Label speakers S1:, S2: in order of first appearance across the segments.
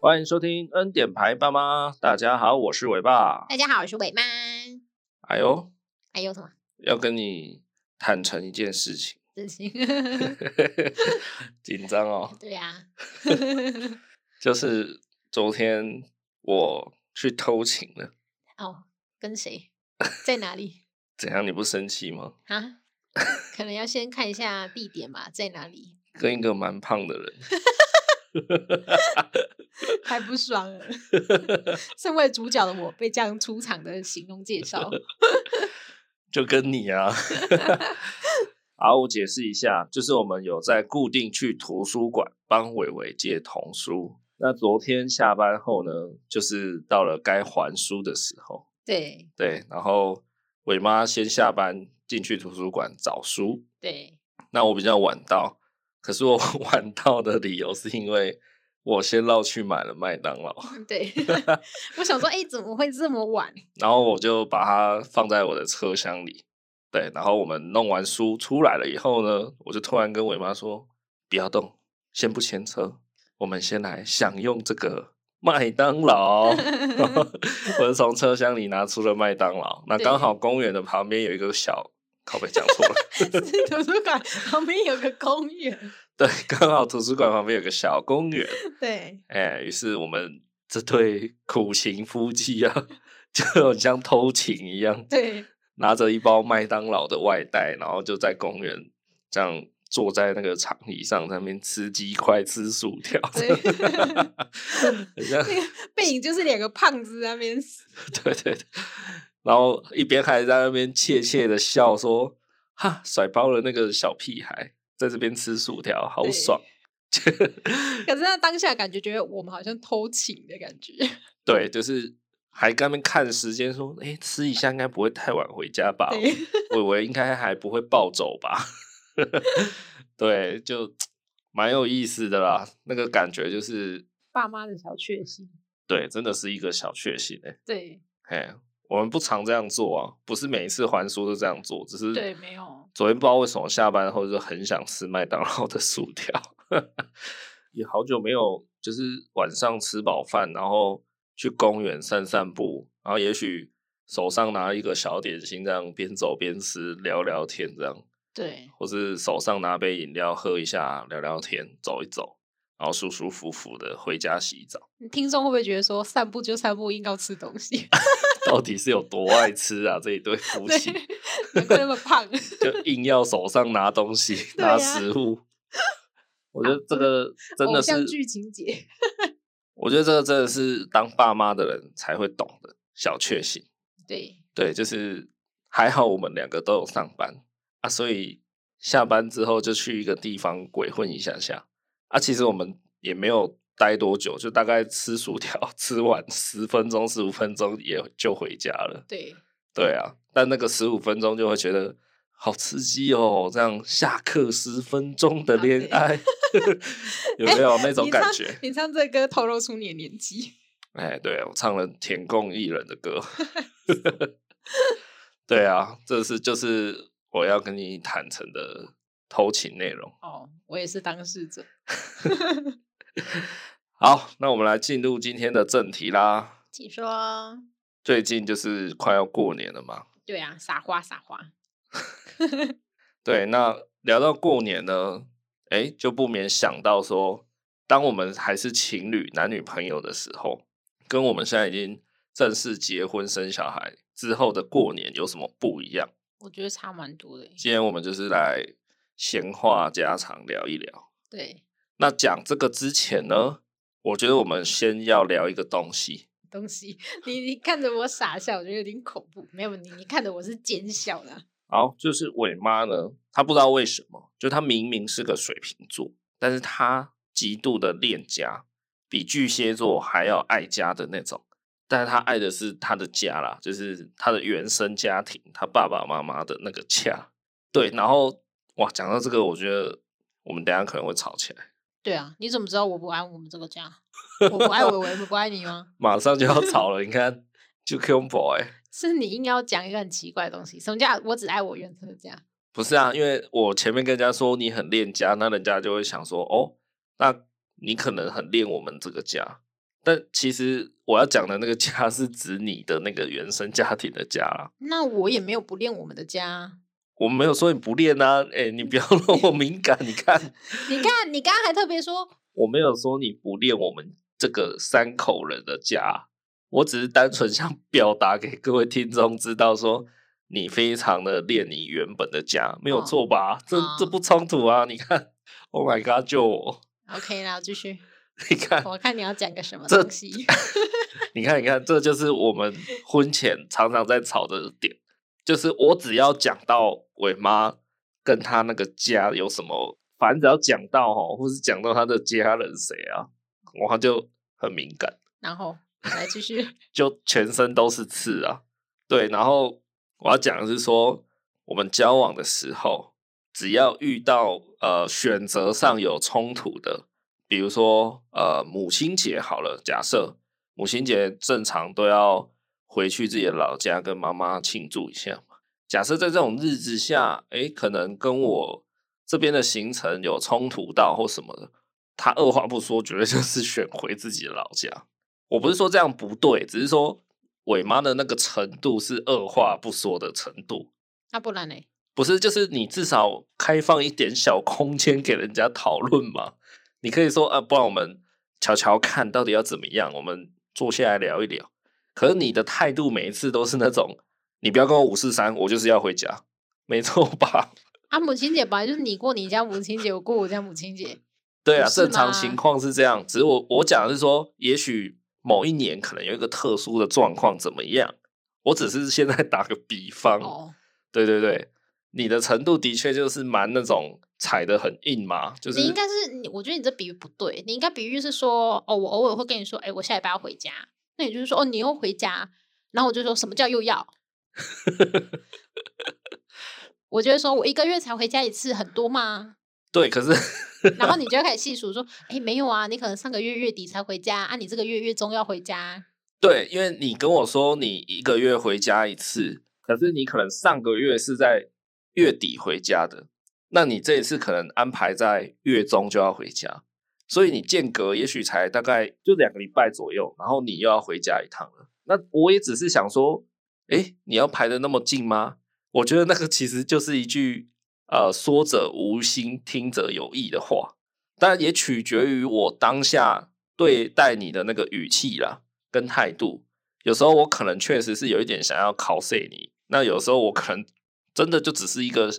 S1: 欢迎收听恩典牌爸妈，大家好，我是伟爸。
S2: 大家好，我是伟妈。
S1: 哎呦，
S2: 还有什么
S1: 要跟你坦诚一件事情，
S2: 事情？
S1: 紧张哦。
S2: 对呀、
S1: 就是昨天我去偷情了，
S2: 哦，跟谁，在哪里
S1: 怎样？你不生气吗？
S2: 啊？可能要先看一下地点吧，在哪里？
S1: 跟一个蛮胖的人，
S2: 太不爽了。 身为主角的我被这样出场的形容介绍，
S1: 就跟你啊。 好，我解释一下，就是我们有在固定去图书馆帮伟伟借童书。那昨天下班后呢，就是到了该还书的时候。
S2: 对
S1: 对，然后伟妈先下班进去图书馆找书，
S2: 对，
S1: 那我比较晚到，可是我 晚到的理由是因为我先绕去买了麦当劳，
S2: 对， 我想说，哎、怎么会这么晚？
S1: 然后我就把它放在我的车厢里。对，然后我们弄完书出来了以后呢，我就突然跟伟妈说：“不要动，先不牵车，我们先来享用这个麦当劳。” 我就从车厢里拿出了麦当劳，那刚
S2: 对
S1: 好公园的旁边有一个小，靠北讲错了，
S2: 图书馆旁边有个公园，
S1: 对，刚好图书馆旁边有个小公园，
S2: 对，
S1: 哎，于是我们这对苦情夫妻啊，就像偷情一样，
S2: 对，
S1: 拿着一包麦当劳的外带，然后就在公园这样坐在那个长椅上，在那边吃鸡块、吃薯条，
S2: 对
S1: 很 像
S2: 那个背影就是两个胖子在那边
S1: 对对对，然后一边还在那边窃窃的笑说：“哈，甩包了那个小屁孩，在这边吃薯条，好
S2: 对
S1: 爽。
S2: 可是他当下感觉觉得我们好像偷情的感觉，
S1: 对，就是还在那边看时间说：“哎，吃一下应该不会太晚回家吧？
S2: 对，
S1: 我以为应该还不会暴走吧？” 对，就蛮有意思的啦。那个感觉就是，
S2: 爸妈的小确幸，
S1: 对，真的是一个小确幸哎、
S2: 对
S1: 嘿，我们不常这样做啊，不是每一次还书都这样做，只是
S2: 对，没有，
S1: 昨天不知道为什么下班后就很想吃麦当劳的薯条， 也好久没有就是晚上吃饱饭，然后去公园散散步，然后也许手上拿一个小点心，这样边走边吃聊聊天，这样，
S2: 对
S1: 或是手上拿杯饮料喝一下聊聊天，走一走，然后舒舒服服的回家洗澡。
S2: 听众会不会觉得说散步就散步，硬要吃东西，
S1: 到底是有多爱吃啊？这一对夫
S2: 对
S1: 妻
S2: 难怪那么 胖，
S1: 就硬要手上拿东西
S2: 对
S1: 拿
S2: 啊
S1: 食物。我觉得这个真的
S2: 偶
S1: 是
S2: 像剧情节，
S1: 我觉得这个真的是当爸妈的人才会懂的小确幸。
S2: 对
S1: 对，就是还好我们两个都有上班啊，所以下班之后就去一个地方鬼混一下下啊。其实我们也没有待多久，就大概吃薯条 吃完十分钟十五分钟也就回家了。
S2: 对
S1: 对啊，但那个十五分钟就会觉得好刺激哦，这样下课十分钟的
S2: 啊对哎
S1: 恋爱， 有没有那种
S2: 你
S1: 感
S2: 唱
S1: 觉？
S2: 你唱这歌透露出你的 年纪，
S1: 哎，对我唱了田共艺人的 歌， 对啊，这是就是我要跟你坦诚的偷情内容。
S2: 哦，我也是当事者，
S1: 好，那我们来进入今天的正题啦。
S2: 请说，
S1: 最近就是快要过年了嘛，
S2: 对啊，撒花撒花，
S1: 对，那聊到过年呢，哎，就不免想到说，当我们还是情侣、男女朋友的时候，跟我们现在已经正式结婚、生小孩之后的过年有什么不一样？
S2: 我觉得差蛮多的欸耶，
S1: 今天我们就是来闲话家常聊一聊。
S2: 对，
S1: 那讲这个之前呢，我觉得我们先要聊一个东西。
S2: 东西， 你你看着我傻笑，我觉得有点恐怖，没有你你看着我是奸笑的啊，
S1: 好，就是伟妈呢，她不知道为什么，就她明明是个水瓶座，但是她极度的恋家，比巨蟹座还要爱家的那种。但是她爱的是她的家啦，就是她的原生家庭，她爸爸妈妈的那个家。对，然后哇，讲到这个，我觉得我们等一下可能会吵起来。
S2: 对啊，你怎么知道我不爱我们这个家？我不爱伟伟，我不爱你吗？
S1: 马上就要吵了，你看，就 Q boy
S2: 是你硬要讲一个很奇怪的东西，什么叫我只爱我原生的家？
S1: 不是啊，因为我前面跟人家说你很恋家，那人家就会想说，哦，那你可能很恋我们这个家，但其实我要讲的那个家是指你的那个原生家庭的家啦。
S2: 那我也没有不恋我们的家。啊
S1: 我没有说你不练啊，哎、你不要 让我敏感。你看，
S2: 你看，你刚刚还特别说，
S1: 我没
S2: 嗯
S1: 有说你不练我们这个三口人的家，我只是单纯想 表达给各位听众知道说。你非常的恋你原本的家，没有
S2: 哦
S1: 错吧？这这
S2: 哦
S1: 不冲突啊！你看，Oh my God，救我！
S2: OK 啦，继续。
S1: 你看，
S2: 我看你要讲个什么
S1: 这
S2: 东西。
S1: 你看，你看，这就是我们婚前常常在吵的点，就是我只要讲到伟妈跟她那个家有什么，反正只要讲到哦，或是讲到她的家人谁啊，我就很敏感，
S2: 然后来继续。
S1: 就全身都是刺啊。对，然后我要讲的是说，我们交往的时候，只要遇到呃选择上有冲突的，比如说呃母亲节好了，假设母亲节正常都要回去自己的老家跟妈妈庆祝一下嘛。假设在这种日子下，诶，可能跟我这边的行程有冲突到或什么的，他二话不说，绝对就是选回自己的老家。我不是说这样不对，只是说伟妈的那个程度是二话不说的程度，
S2: 那啊不然呢？
S1: 不是就是你至少开放一点小空间给人家讨论嘛？你可以说啊，不然我们瞧瞧看到底要怎么样，我们坐下来聊一聊。可是你的态度每一次都是那种，你不要跟我五四三，我就是要回家，没错吧？
S2: 啊，母亲节本来就是你过你家母亲节，我过我家母亲节。
S1: 对啊，
S2: 不是
S1: 正常
S2: 吗
S1: 情况是这样。只是我我讲的是说，也许某一年可能有一个特殊的状况怎么样？我只是现在打个比方，
S2: 哦，
S1: 对对对，你的程度的确就是蛮那种踩的很硬嘛，就是
S2: 你应该是你，我觉得你这比喻不对。你应该比喻是说，哦，我偶尔会跟你说，哎，我下礼拜要回家。那你就是说，哦，你又回家，然后我就说什么叫又要？ 我就会说，我一个月才回家一次，很多吗？
S1: 对，可是
S2: 然后你就要开始细数说，哎，没有啊，你可能上个月月底才回家，啊，你这个月月中要回家，
S1: 对，因为你跟我说你一个月回家一次，可是你可能上个月是在月底回家的，那你这一次可能安排在月中就要回家，所以你间隔也许才大概就两个礼拜左右，然后你又要回家一趟了。那我也只是想说，诶，你要排的那么近吗？我觉得那个其实就是一句呃说者无心，听者有意的话，当然也取决于我当下对待你的那个语气啦。跟态度。有时候我可能确实是有一点想要 cos 你，那有时候我可能真的就只是一个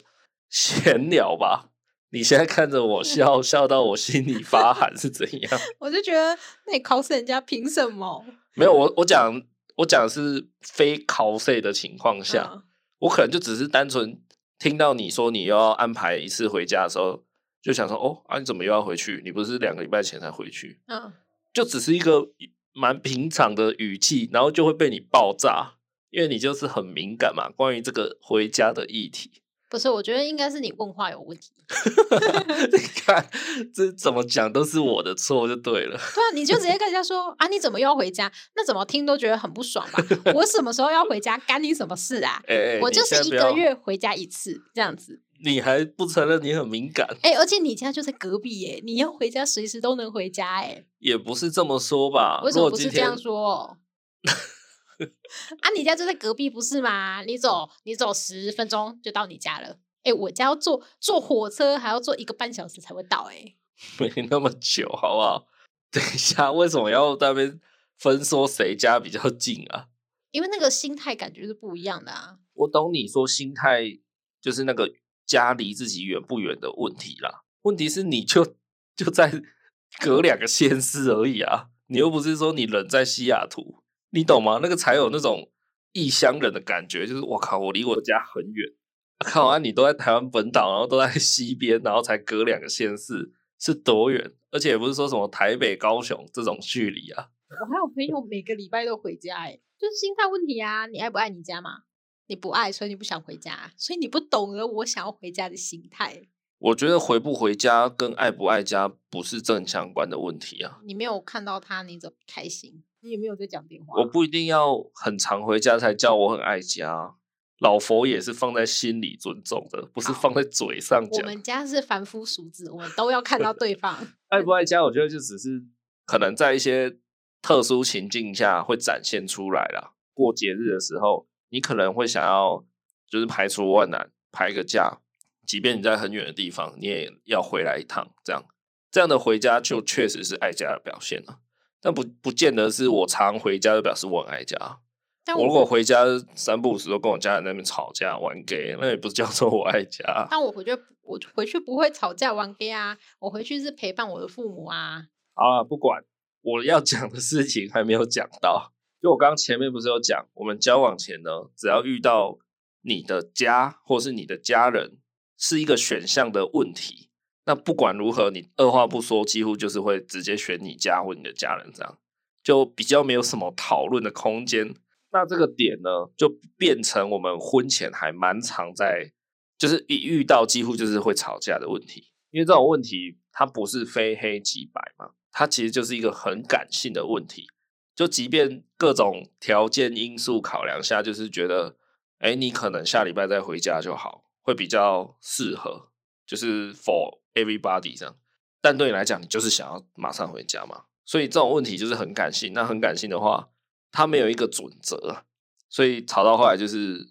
S1: 闲聊吧。你现在看着我笑，笑到我心里发寒是怎样？
S2: 我就觉得那你 cos 人家凭什么？
S1: 没有，我我讲我讲的是非 cos 的情况下，
S2: 嗯
S1: 我可能就只是单纯听到你说你又要安排一次回家的时候，就想说哦啊，你怎么又要回去？你不是两个礼拜前才回去？
S2: 嗯，
S1: 就只是一个蛮平常的语气，然后就会被你爆炸，因为你就是很敏感嘛，关于这个回家的议 题。
S2: 不是，我觉得应该是你问话有问题。
S1: 你看，这怎么讲都是我的错就对了。
S2: 对啊，你就直接跟人家说啊，你怎么又要回家？那怎么听都觉得很不爽吧？我什么时候要回家，干你什么事啊？
S1: 哎、哎
S2: 我
S1: 你
S2: 就
S1: 现在
S2: 是一
S1: 不
S2: 个
S1: 要
S2: 月回家一次这样子。
S1: 你还不承认你很敏感，
S2: 哎、而且你家就在隔壁耶、你要回家随时都能回家哎、
S1: 也不是这么说吧？
S2: 为什么
S1: 啊如
S2: 不
S1: 果
S2: 是
S1: 今
S2: 这样
S1: 天
S2: 说？ 啊，你家就在隔壁不是吗？你走，你走十分钟就到你家了。哎、我家要坐坐火车还要坐一个半小时才会到哎、
S1: 没那么久，好不好？ 等一下，为什么要在那边分说谁家比较近啊？
S2: 因为那个心态感觉是不一样的啊。
S1: 我懂你说心态就是那个家离自己远不远的问题啦。问题是你就就在隔两个县市而已啊，你又不是说你人在西雅图，你懂吗？那个才有那种异乡人的感觉，就是我靠，我离我家很远。靠啊！你都在台湾本岛，然后都在西边，然后才隔两个县市，是多远？而且也不是说什么台北、高雄这种距离啊。
S2: 我还有朋友每个礼拜都回家、欸，哎，就是心态问题啊。你爱不爱你家嘛？你不爱，所以你不想回家，所以你不懂得我想要回家的心态。
S1: 我觉得回不回家跟爱不爱家不是正相关的问题啊。
S2: 你没有看到他，你怎么开心？你也没有在讲电话。
S1: 我不一定要很常回家才叫我很爱家，老佛也是放在心里尊重的，不是放在嘴上
S2: 我
S1: 讲。
S2: 们家是凡夫 俗子，我们都要看到对方。
S1: 爱不爱家，我觉得就只是可能在一些特殊情境下会展现出来啦。过节日的时候，你可能会想要就是排除万难排个假，即便你在很远的地方，你也要回来一趟。这样这样的回家就确实是爱家的表现了、但不不见得是我常回家就表示我很爱家啊。
S2: 但
S1: 我如果回家三不五时都跟我家人在那边吵架玩 gay，那也不叫做我爱家啊。
S2: 但我回去我回去不会吵架玩 gay 啊，我回去是陪伴我的父母啊。
S1: 好了，不管我要讲的事情还没有讲到，就我刚刚前面不是有讲，我们交往前呢，只要遇到你的家或是你的家人是一个选项的问题，那不管如何，你二话不说，几乎就是会直接选你家或你的家人，这样就比较没有什么讨论的空间。那这个点呢，就变成我们婚前还蛮常在，就是一遇到几乎就是会吵架的问题，因为这种问题它不是非黑即白嘛，它其实就是一个很感性的问题。就即便各种条件因素考量下，就是觉得，哎、你可能下礼拜再回家就好，会比较适合，就是 for everybody 这样。但对你来讲，你就是想要马上回家嘛，所以这种问题就是很感性。那很感性的话，它没有一个准则啊，所以吵到后来就是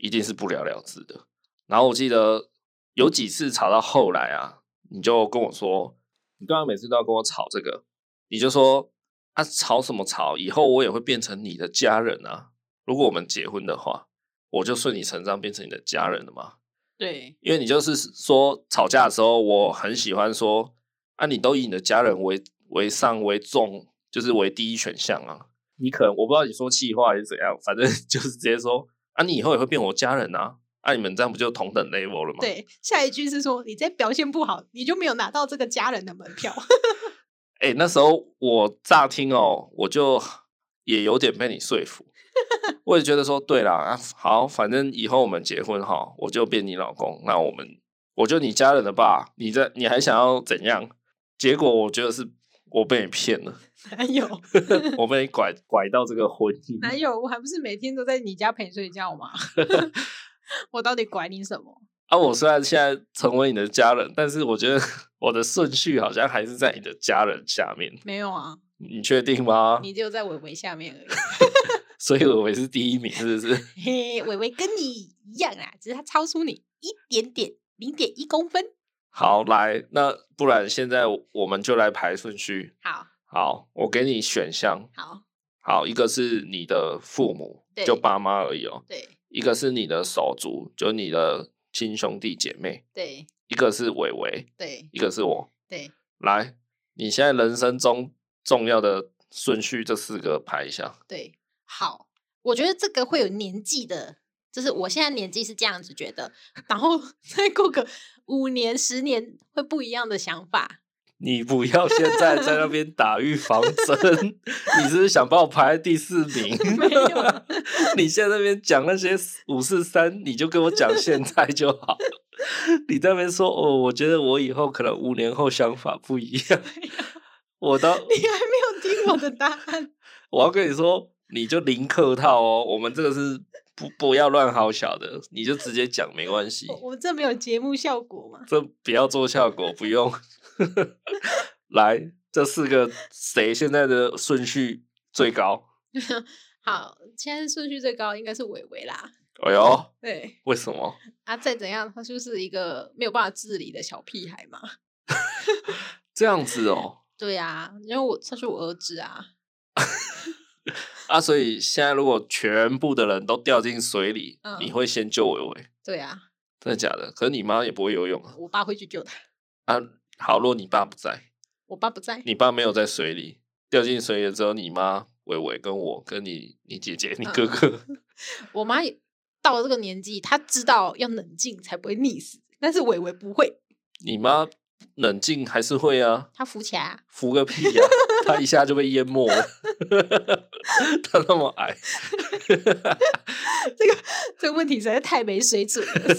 S1: 一定是不了了之的。然后我记得有几次吵到后来啊，你就跟我说，你刚刚每次都要跟我吵这个，你就说啊，吵什么吵？以后我也会变成你的家人啊。如果我们结婚的话，我就顺理成章变成你的家人了嘛。
S2: 对，
S1: 因为你就是说吵架的时候，我很喜欢说啊，你都以你的家人为为上为重，就是为第一选项啊。你可能我不知道你说气话还是怎样，反正 就是直接说啊，你以后也会变我家人啊，啊，你们这样不就同等 level 了吗？，
S2: 对，下一句是说你这表现不好，你就没有拿到这个家人的门票。
S1: 哎、那时候我乍听哦，我就也有点被你说服，我也觉得说对啦，啊，好，反正以后我们结婚哈，我就变你老公，那我们我就你家人的爸，你在你还想要怎样？结果我觉得是我被你骗了，
S2: 哪有
S1: 我被你拐拐到这个婚
S2: 哪
S1: 姻。
S2: 有？我还不是每天都在你家陪你睡觉吗？ 我到底拐你什么？
S1: 啊，我虽然现在成为你的家人，但是我觉得 我的顺序好像还是在你的家人下面，
S2: 没有啊，
S1: 你确定吗？
S2: 你只有在伟伟下面而已。
S1: 所以我也是第一名，是不是？
S2: 嘿，伟伟跟你一样啊，只是他超出你一点点，零点一公分。
S1: 好，来，那不然现在我我们就来排顺序。
S2: 好
S1: 好，我给你选项。
S2: 好，
S1: 好，一个是你的父母，
S2: 对
S1: 就爸妈而已哦；
S2: 对
S1: 一个是你的手足，就你的亲兄弟姐妹；
S2: 对
S1: 一个是伟伟，
S2: 对
S1: 一个是我。
S2: 对，
S1: 来，你现在人生中重要的顺序这四个排一下。
S2: 对，好，我觉得这个会有年纪的，就是我现在年纪是这样子觉得，然后 再过个五年、十年会不一样的想法。
S1: 你不要现在在那边打预防针，你是不是想把我排在第四名？
S2: 没有，
S1: 你现在那边讲那些五四三，你就跟我讲现在就好。 你在那边说哦，我觉得我以后可能五年后想法不一样。我到
S2: 你还没有听我的答案。
S1: 我要跟你说，你就零客套哦。我们这个是不不要乱好小的，你就直接讲没关系
S2: 我，我们这没有节目效果嘛？
S1: 这不要做效果，不用。 来，这四个谁现在的顺序最高？
S2: 好，现在顺序最高应该是伟伟啦。
S1: 哎呦，
S2: 对
S1: 为什么？
S2: 啊，再怎样，他就是一个没有办法自理的小屁孩嘛。
S1: 这样子哦。
S2: 对啊，因为我他是我儿子啊，
S1: 啊，所以现在如果全部的人都掉进水里，
S2: 嗯
S1: 你会先救伟伟，
S2: 对啊，
S1: 真的假的？可是你妈也不会游泳啊。
S2: 我爸会去救他，
S1: 啊，好，若你爸不在，
S2: 我爸不在，
S1: 你爸没有在水里，掉进水里的只有你妈、伟伟跟我，跟你、你姐姐、你哥哥。
S2: 我妈也到了这个年纪，她知道要冷静才不会溺死，但是伟伟不会，
S1: 你妈冷静还是会啊，
S2: 他浮起来、啊，
S1: 浮个屁呀、她一下就被淹没了。 她那么矮，
S2: 这个问题实在太没水准 了，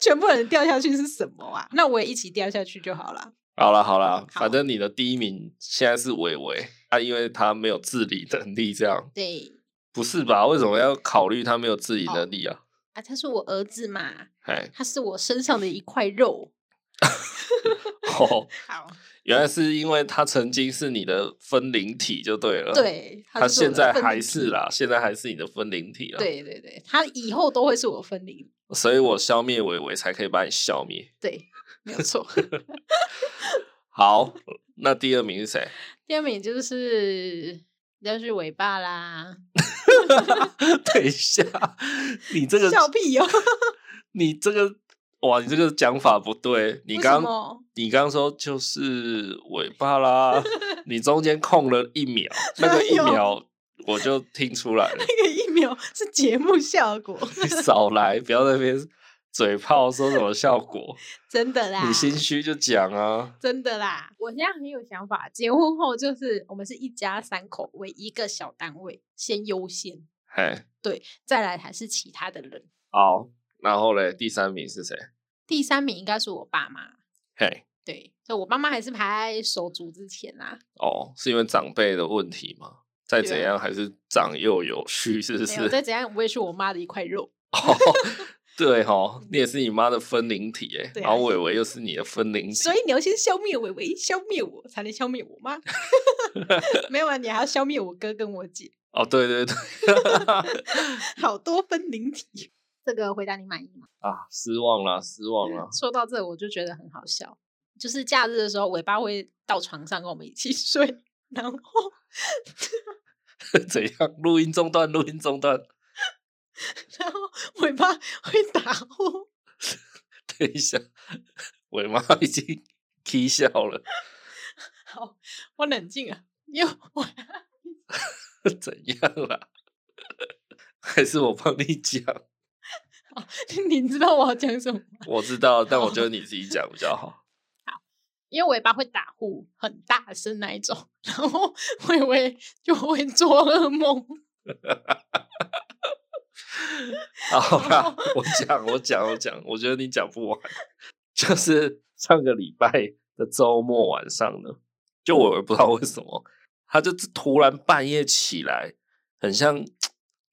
S2: 全部人掉下去是什么啊？那我也一起掉下去就好了。
S1: 好啦好啦，
S2: 好
S1: 反正你的第一名现在是伟伟，啊，因为他没有自理能力，这样。
S2: 对
S1: 不是吧？为什么要考虑他没有自理能 力啊？
S2: 啊，他是我儿子嘛，
S1: 哎、
S2: 他是我身上的一块肉，
S1: 哦，
S2: 好，
S1: 原来是因为他曾经是你的分灵体就对了。，
S2: 对，
S1: 他
S2: 是我
S1: 现
S2: 的
S1: 在
S2: 分
S1: 还
S2: 灵
S1: 是啊
S2: 体，
S1: 啦，现在还是你的分灵体啦。，
S2: 对对对，他以后都会是我分灵，
S1: 所以我消灭伟伟才可以把你消灭。
S2: 对，没有 错。
S1: 好，那第二名是谁？
S2: 第二名就是就是尾巴啦，
S1: 等一下，你这个
S2: 笑屁哦哟、
S1: 你这个哇，你这个讲法不对。你
S2: 为什
S1: 刚
S2: 么
S1: 你刚说就是尾巴啦，你中间空了一秒，那个一
S2: 哪有
S1: 秒我就听出来了。
S2: 那个疫苗是节目效果，
S1: 你少来，不要在那边嘴炮说什么效 果，
S2: 真的啦
S1: 你，心虚就讲啊。
S2: 真的啦。我现在很有想法，结婚后就是我们是一家三口为一个小单位，先优先，
S1: 嘿，
S2: 再来才是其他的人。
S1: 好，然后嘞，第三名是谁？
S2: 第三名应该是我爸妈，
S1: 嘿，
S2: 对，所以我爸妈还是排在手足之前啦、
S1: 哦，是因为长辈的问题吗？再
S2: 对
S1: 怎
S2: 啊
S1: 样还是长幼有序，是不
S2: 没
S1: 是？
S2: 有再怎样，我也是我妈的一块肉。
S1: 哦， 对哦，你也是你妈的分灵体哎，
S2: 对啊
S1: 然后伟伟又是你的分灵体
S2: 所，以你要先消灭伟伟，消灭我才能消灭我妈。 没有啊，你还要消灭我哥跟我姐，
S1: 哦，对对 对，
S2: 好多分灵体。这个回答你满意吗？
S1: 啊，失望啦，失望啦，
S2: 说到这，我就觉得很好笑。就是假日的时候，尾巴会到床上跟我们一起睡，然后
S1: 怎样？录音中断，录音中断，
S2: 然后尾巴会打呼，
S1: 等一下，伟妈已经踢笑了，
S2: 好，我冷静了，因为我
S1: 怎样啦？ 还是我帮你讲，
S2: 你知道我要讲什么吗？
S1: 我知道，但我觉得你自己讲比较好。
S2: 因为尾巴会打呼，很大声那一种，然后微微就会做噩梦。
S1: 好啦， 我讲，我讲，我讲，我觉得你讲不完。就是上个礼拜的周末晚上呢，就我也不知道为什么，他就突然半夜起来，很像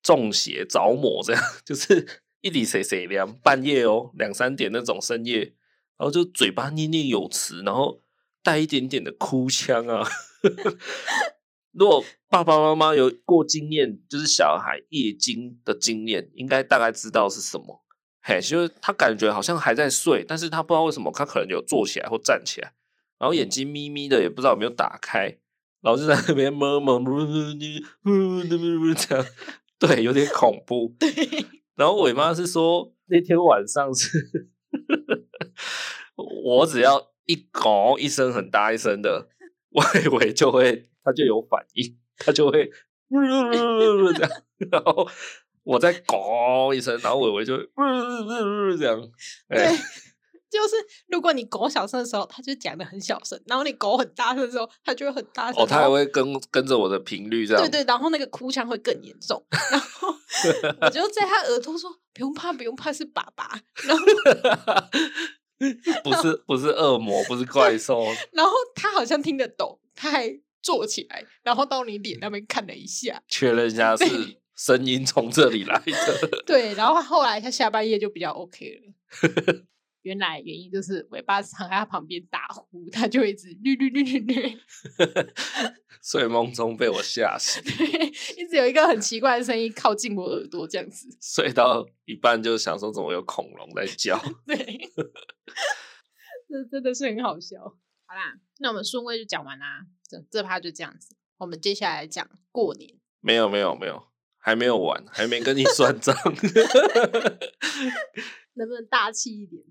S1: 中邪着魔这样， 就是一滴谁谁凉，半夜哦，两三点那种深夜，然后就嘴巴念念有词，然后带一点点的哭腔啊。如果爸爸妈妈有过经验，就是小孩夜惊的经验，应该大概知道是什么。嘿，就是他感觉好像还在睡，但是他不知道为什么，他可能有坐起来或站起来，然后眼睛眯眯的，也不知道有没有打开，然后就在那边摸摸这样，对，有点恐怖。然后伟妈是说那天晚上是，我只要一狗一声很大一声的，伟伟就会他就有反应，他就会这样，然后我再狗一声，然后伟伟就会这样，
S2: 对
S1: 哎，，
S2: 就是如果你狗小声的时候，它就讲的很小声；然后你狗很大声的时候，它就会很大声。
S1: 哦，他
S2: 然
S1: 还
S2: 后
S1: 会跟跟着我的频率这样，
S2: 对对，然后那个哭腔会更严重。然后我就在它耳朵说：“不用怕，不用怕，是爸爸。”然后，
S1: 不是不是恶魔，不是怪兽，
S2: 然后它好像听得懂，它还坐起来，然后到你脸那边看了一下。
S1: 确认一下是
S2: 对
S1: 声音从这里来的，
S2: 对，然后后来它下半夜就比较 OK 了。原来原因就是尾巴藏在它旁边打呼，它就一直绿绿绿绿绿。
S1: 睡梦中被我吓醒，
S2: 对，一直有一个很奇怪的声音靠近我耳朵，这样子。
S1: 睡到一半就想说怎么有恐龙在叫，
S2: 对，这真的是很好笑。好啦，那我们顺位就讲完啦，这这趴就这样子。我们接下来讲过年，
S1: 没有没有没有，还没有完，还没跟你算账。
S2: 能不能大气一点？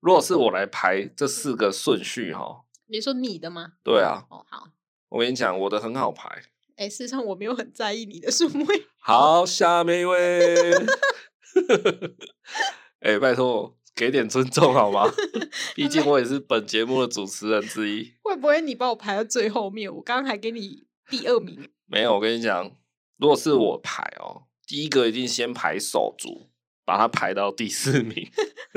S1: 如果是我来排这四个顺序哈，
S2: 你说你的吗？
S1: 对啊，
S2: 哦，好。
S1: 我跟你讲，我的很好排。
S2: 哎，事实上我没有很在意你的顺位，
S1: 好，下面一位。哎、拜托，给点尊重好吗？ 毕竟我也是本节目的主持人之一。
S2: 会不会你把我排到最后面？我刚刚还给你第二名。
S1: 没有，我跟你讲，如果是我排哦，第一个一定先排手足，把它排到第四名。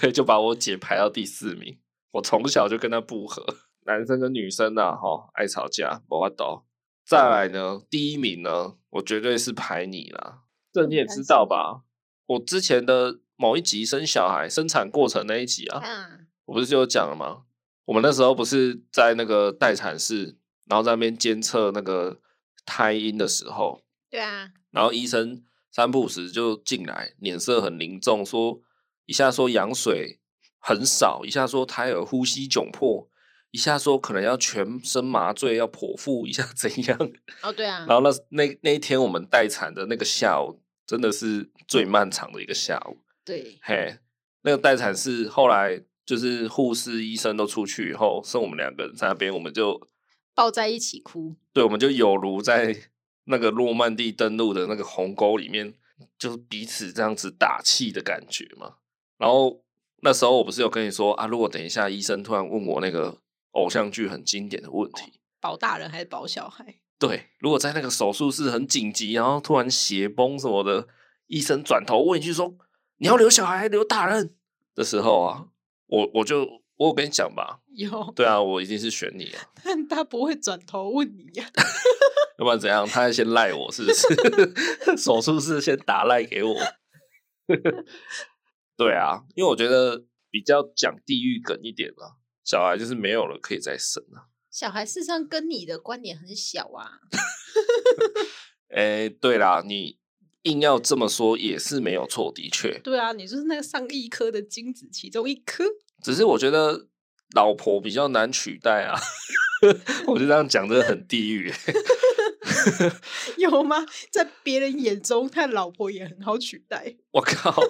S1: 对，就把我姐排到第四名。我从小就跟她不和，男生跟女生啊，哈，爱吵架，我法懂。再来呢，第一名呢，我绝对是排你啦。这你也知道吧？我之前的某一集生小孩生产过程那一集啊，
S2: 嗯，
S1: 我不是就有讲了吗？我们那时候不是在那个待产室，然后在那边监测那个胎音的时候，
S2: 对啊，
S1: 然后医生三不五时就进来，脸色很凝重，说一下说羊水很少，一下说胎儿呼吸窘迫，一下说可能要全身麻醉要剖腹，一下 怎样？
S2: 哦对啊
S1: 然，后那那那一天我们待产的那个下午，真的是最漫长的一个下午。
S2: 对，
S1: 嘿，那个待产室后来就是护士、医生都出去以后，剩我们两个人在那边，我们就
S2: 抱在一起哭，
S1: 对，我们就有如在 那个诺曼底登陆的那个鸿沟里面，就是彼此这样子打气的感觉嘛。然后那时候我不是有跟你说啊，如果等一下医生突然问我那个偶像剧很经典的问题，
S2: 保大人还是保小孩？
S1: 对，如果在那个手术室很紧急，然后突然血崩什么的，医生转头问一句说：“你要留小孩，留大人？”的时候啊，我我就我有跟你讲吧，
S2: 有，
S1: 对啊，我一定是选你啊，
S2: 但他不会转头问你呀、
S1: 要不然怎样？他还先赖我是不是？ 手术室先打赖给我。 对啊，因为我觉得比较讲地域梗一点啊，小孩就是没有了可以再生啊。
S2: 小孩事实上跟你的观点很小啊，
S1: 哎，对啦，你硬要这么说也是没有错，的确。
S2: 对啊，你就是那个上亿颗的精子其中一颗，
S1: 只是我觉得老婆比较难取代啊。 我就这样讲，真的很地狱欸、
S2: 有吗？在别人眼中，他老婆也很好取代。
S1: 我靠，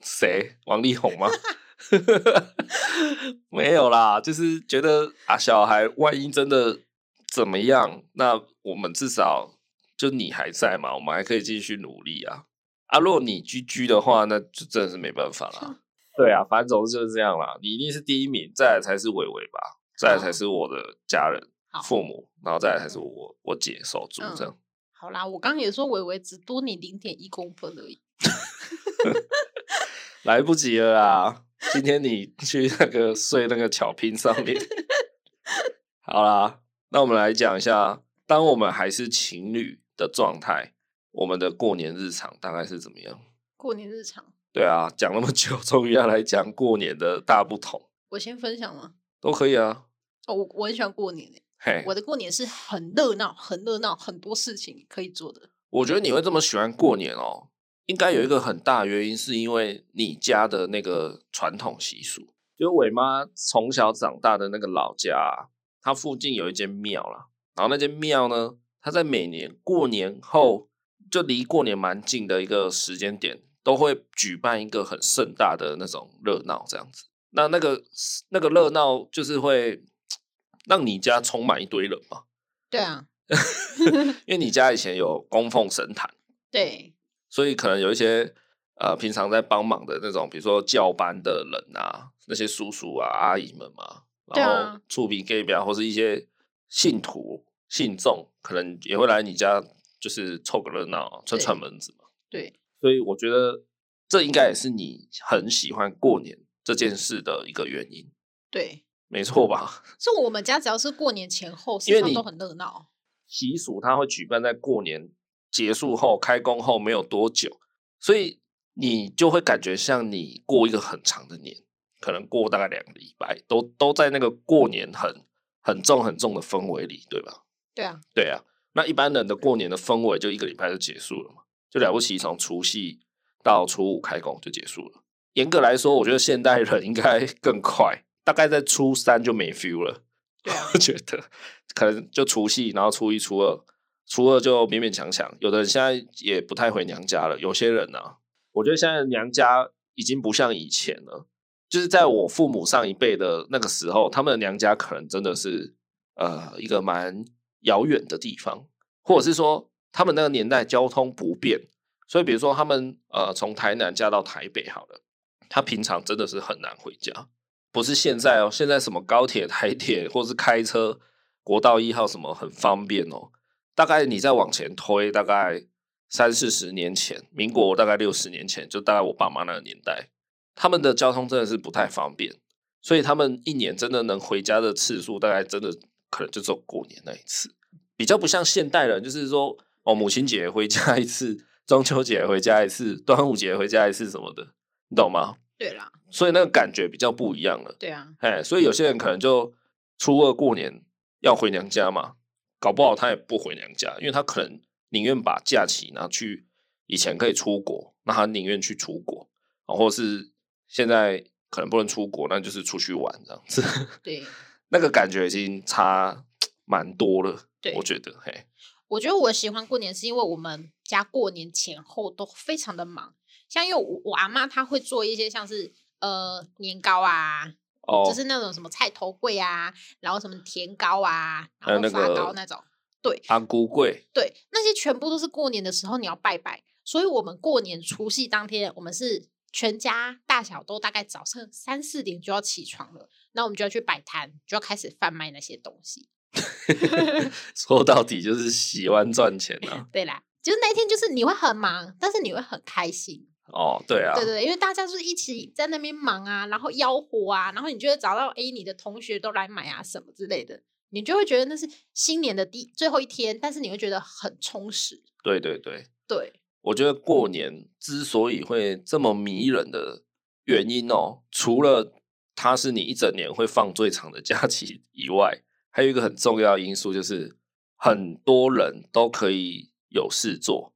S1: 谁？王力宏吗？没有啦，就是觉得啊，小孩万一真的怎么样，那我们至少就你还在嘛，我们还可以继续努力啊。啊，如果你居居的话，那就真的是没办法啦。对啊，反正总之就是这样啦。你一定是第一名，再来才是伟伟吧，再来才是我的家人、
S2: 好
S1: 父母，然后再来才是我我姐手足这样。
S2: 好啦，我刚刚也说伟伟只多你零点一公分而已。
S1: 来不及了啦！今天你去那个睡那个巧拼上面。好啦，那我们来讲一下，当我们还是情侣的状态，我们的过年日常大概是怎么样？
S2: 过年日常，
S1: 对啊，讲那么久，终于要来讲过年的大不同，
S2: 我先分享吗？
S1: 都可以啊。
S2: 哦，我我很喜欢过年、欸、
S1: 嘿，
S2: 我的过年是很热闹，很热闹，很多事情可以做的。
S1: 我觉得你会这么喜欢过年哦，应该有一个很大原因，是因为你家的那个传统习俗，就是伟妈从小长大的那个老家、啊，它附近有一间庙啦，然后那间庙呢，它在每年过年后，就离过年蛮近的一个时间点，都会举办一个很盛大的那种热闹这样子。那那个那个热闹就是会让你家充满一堆人嘛，
S2: 对啊，
S1: 因为你家以前有供奉神坛。
S2: 对，
S1: 所以可能有一些呃平常在帮忙的那种，比如说教班的人啊，那些叔叔啊、阿姨们嘛，
S2: 对
S1: 然后
S2: 啊
S1: 触笔 gay 表或是一些信徒、信众，可能也会来你家，就是凑个热闹、串
S2: 对
S1: 串门子嘛。
S2: 对，
S1: 所以我觉得这应该也是你很喜欢过年这件事的一个原因，
S2: 对。
S1: 没错
S2: 嗯
S1: 吧？
S2: 所以我们家只要是过年前后，
S1: 因为
S2: 市场
S1: 你
S2: 都很热闹。
S1: 习俗它会举办在过年结束后、开工后没有多久，所以你就会感觉像你过一个很长的年，可能过大概两个礼拜，都都在那个过年很很重很重的氛围里，对吧？
S2: 对啊，
S1: 对啊，那一般人的过年的氛围就一个礼拜就结束了嘛，就了不起从除夕到初五开工就结束了。严格来说，我觉得现代人应该更快，大概在初三就没 feel 了。，
S2: 对啊
S1: 我觉得可能就除夕，然后初一、初二，初二就勉勉强强。有的人现在也不太回娘家了，有些人呢、啊，我觉得现在的娘家已经不像以前了。就是在我父母上一辈的那个时候，他们的娘家可能真的是呃一个蛮遥远的地方，或者是说他们那个年代交通不便，所以比如说他们呃从台南嫁到台北好了，他平常真的是很难回家。不是现在哦，现在什么高铁、台铁或是开车，国道一号什么很方便哦。大概你再往前推，大概三四十年前，民国大概六十年前，就大概我爸妈那个年代，他们的交通真的是不太方便，所以他们一年真的能回家的次数，大概真的可能就只有过年那一次，比较不像现代人，就是说哦，母亲节回家一次，中秋节回家一次，端午节回家一次什么的，你懂吗？
S2: 对啦，
S1: 所以那个感觉比较不一样了。
S2: 对啊，
S1: 哎，所以有些人可能就初二过年要回娘家嘛，搞不好他也不回娘家，因为他可能宁愿把假期拿去以前可以出国，那他宁愿去出国，然后是现在可能不能出国，那就是出去玩这样子。
S2: 对，
S1: 那个感觉已经差蛮多了，
S2: 对
S1: 我觉得，嘿，
S2: 我觉得我喜欢过年是因为我们家过年前后都非常的忙，像因为我我阿妈她会做一些像是呃年糕啊，
S1: 哦，
S2: 就是那种什么菜头粿啊，然后什么甜糕啊，
S1: 还有
S2: 然
S1: 那
S2: 后发
S1: 个
S2: 糕那种，
S1: 安菇贵，
S2: 对，那些全部都是过年的时候你要拜拜，所以我们过年除夕当天，我们是全家大小都大概早上三四点就要起床了，那我们就要去摆摊，就要开始贩卖那些东西。
S1: 说到底就是喜欢赚钱 啊，
S2: 对啦，就是那一天就是你会很忙，但是你会很开心。
S1: 哦，对啊，
S2: 对对，因为大家就是一起在那边忙啊，然后吆喝啊，然后你就会找到诶，你的同学都来买啊什么之类的，你就会觉得那是新年的第最后一天，但是你会觉得很充实。
S1: 对对对，
S2: 对，
S1: 我觉得过年之所以会这么迷人的原因哦，除了它是你一整年会放最长的假期以外，还有一个很重要的因素就是很多人都可以有事做，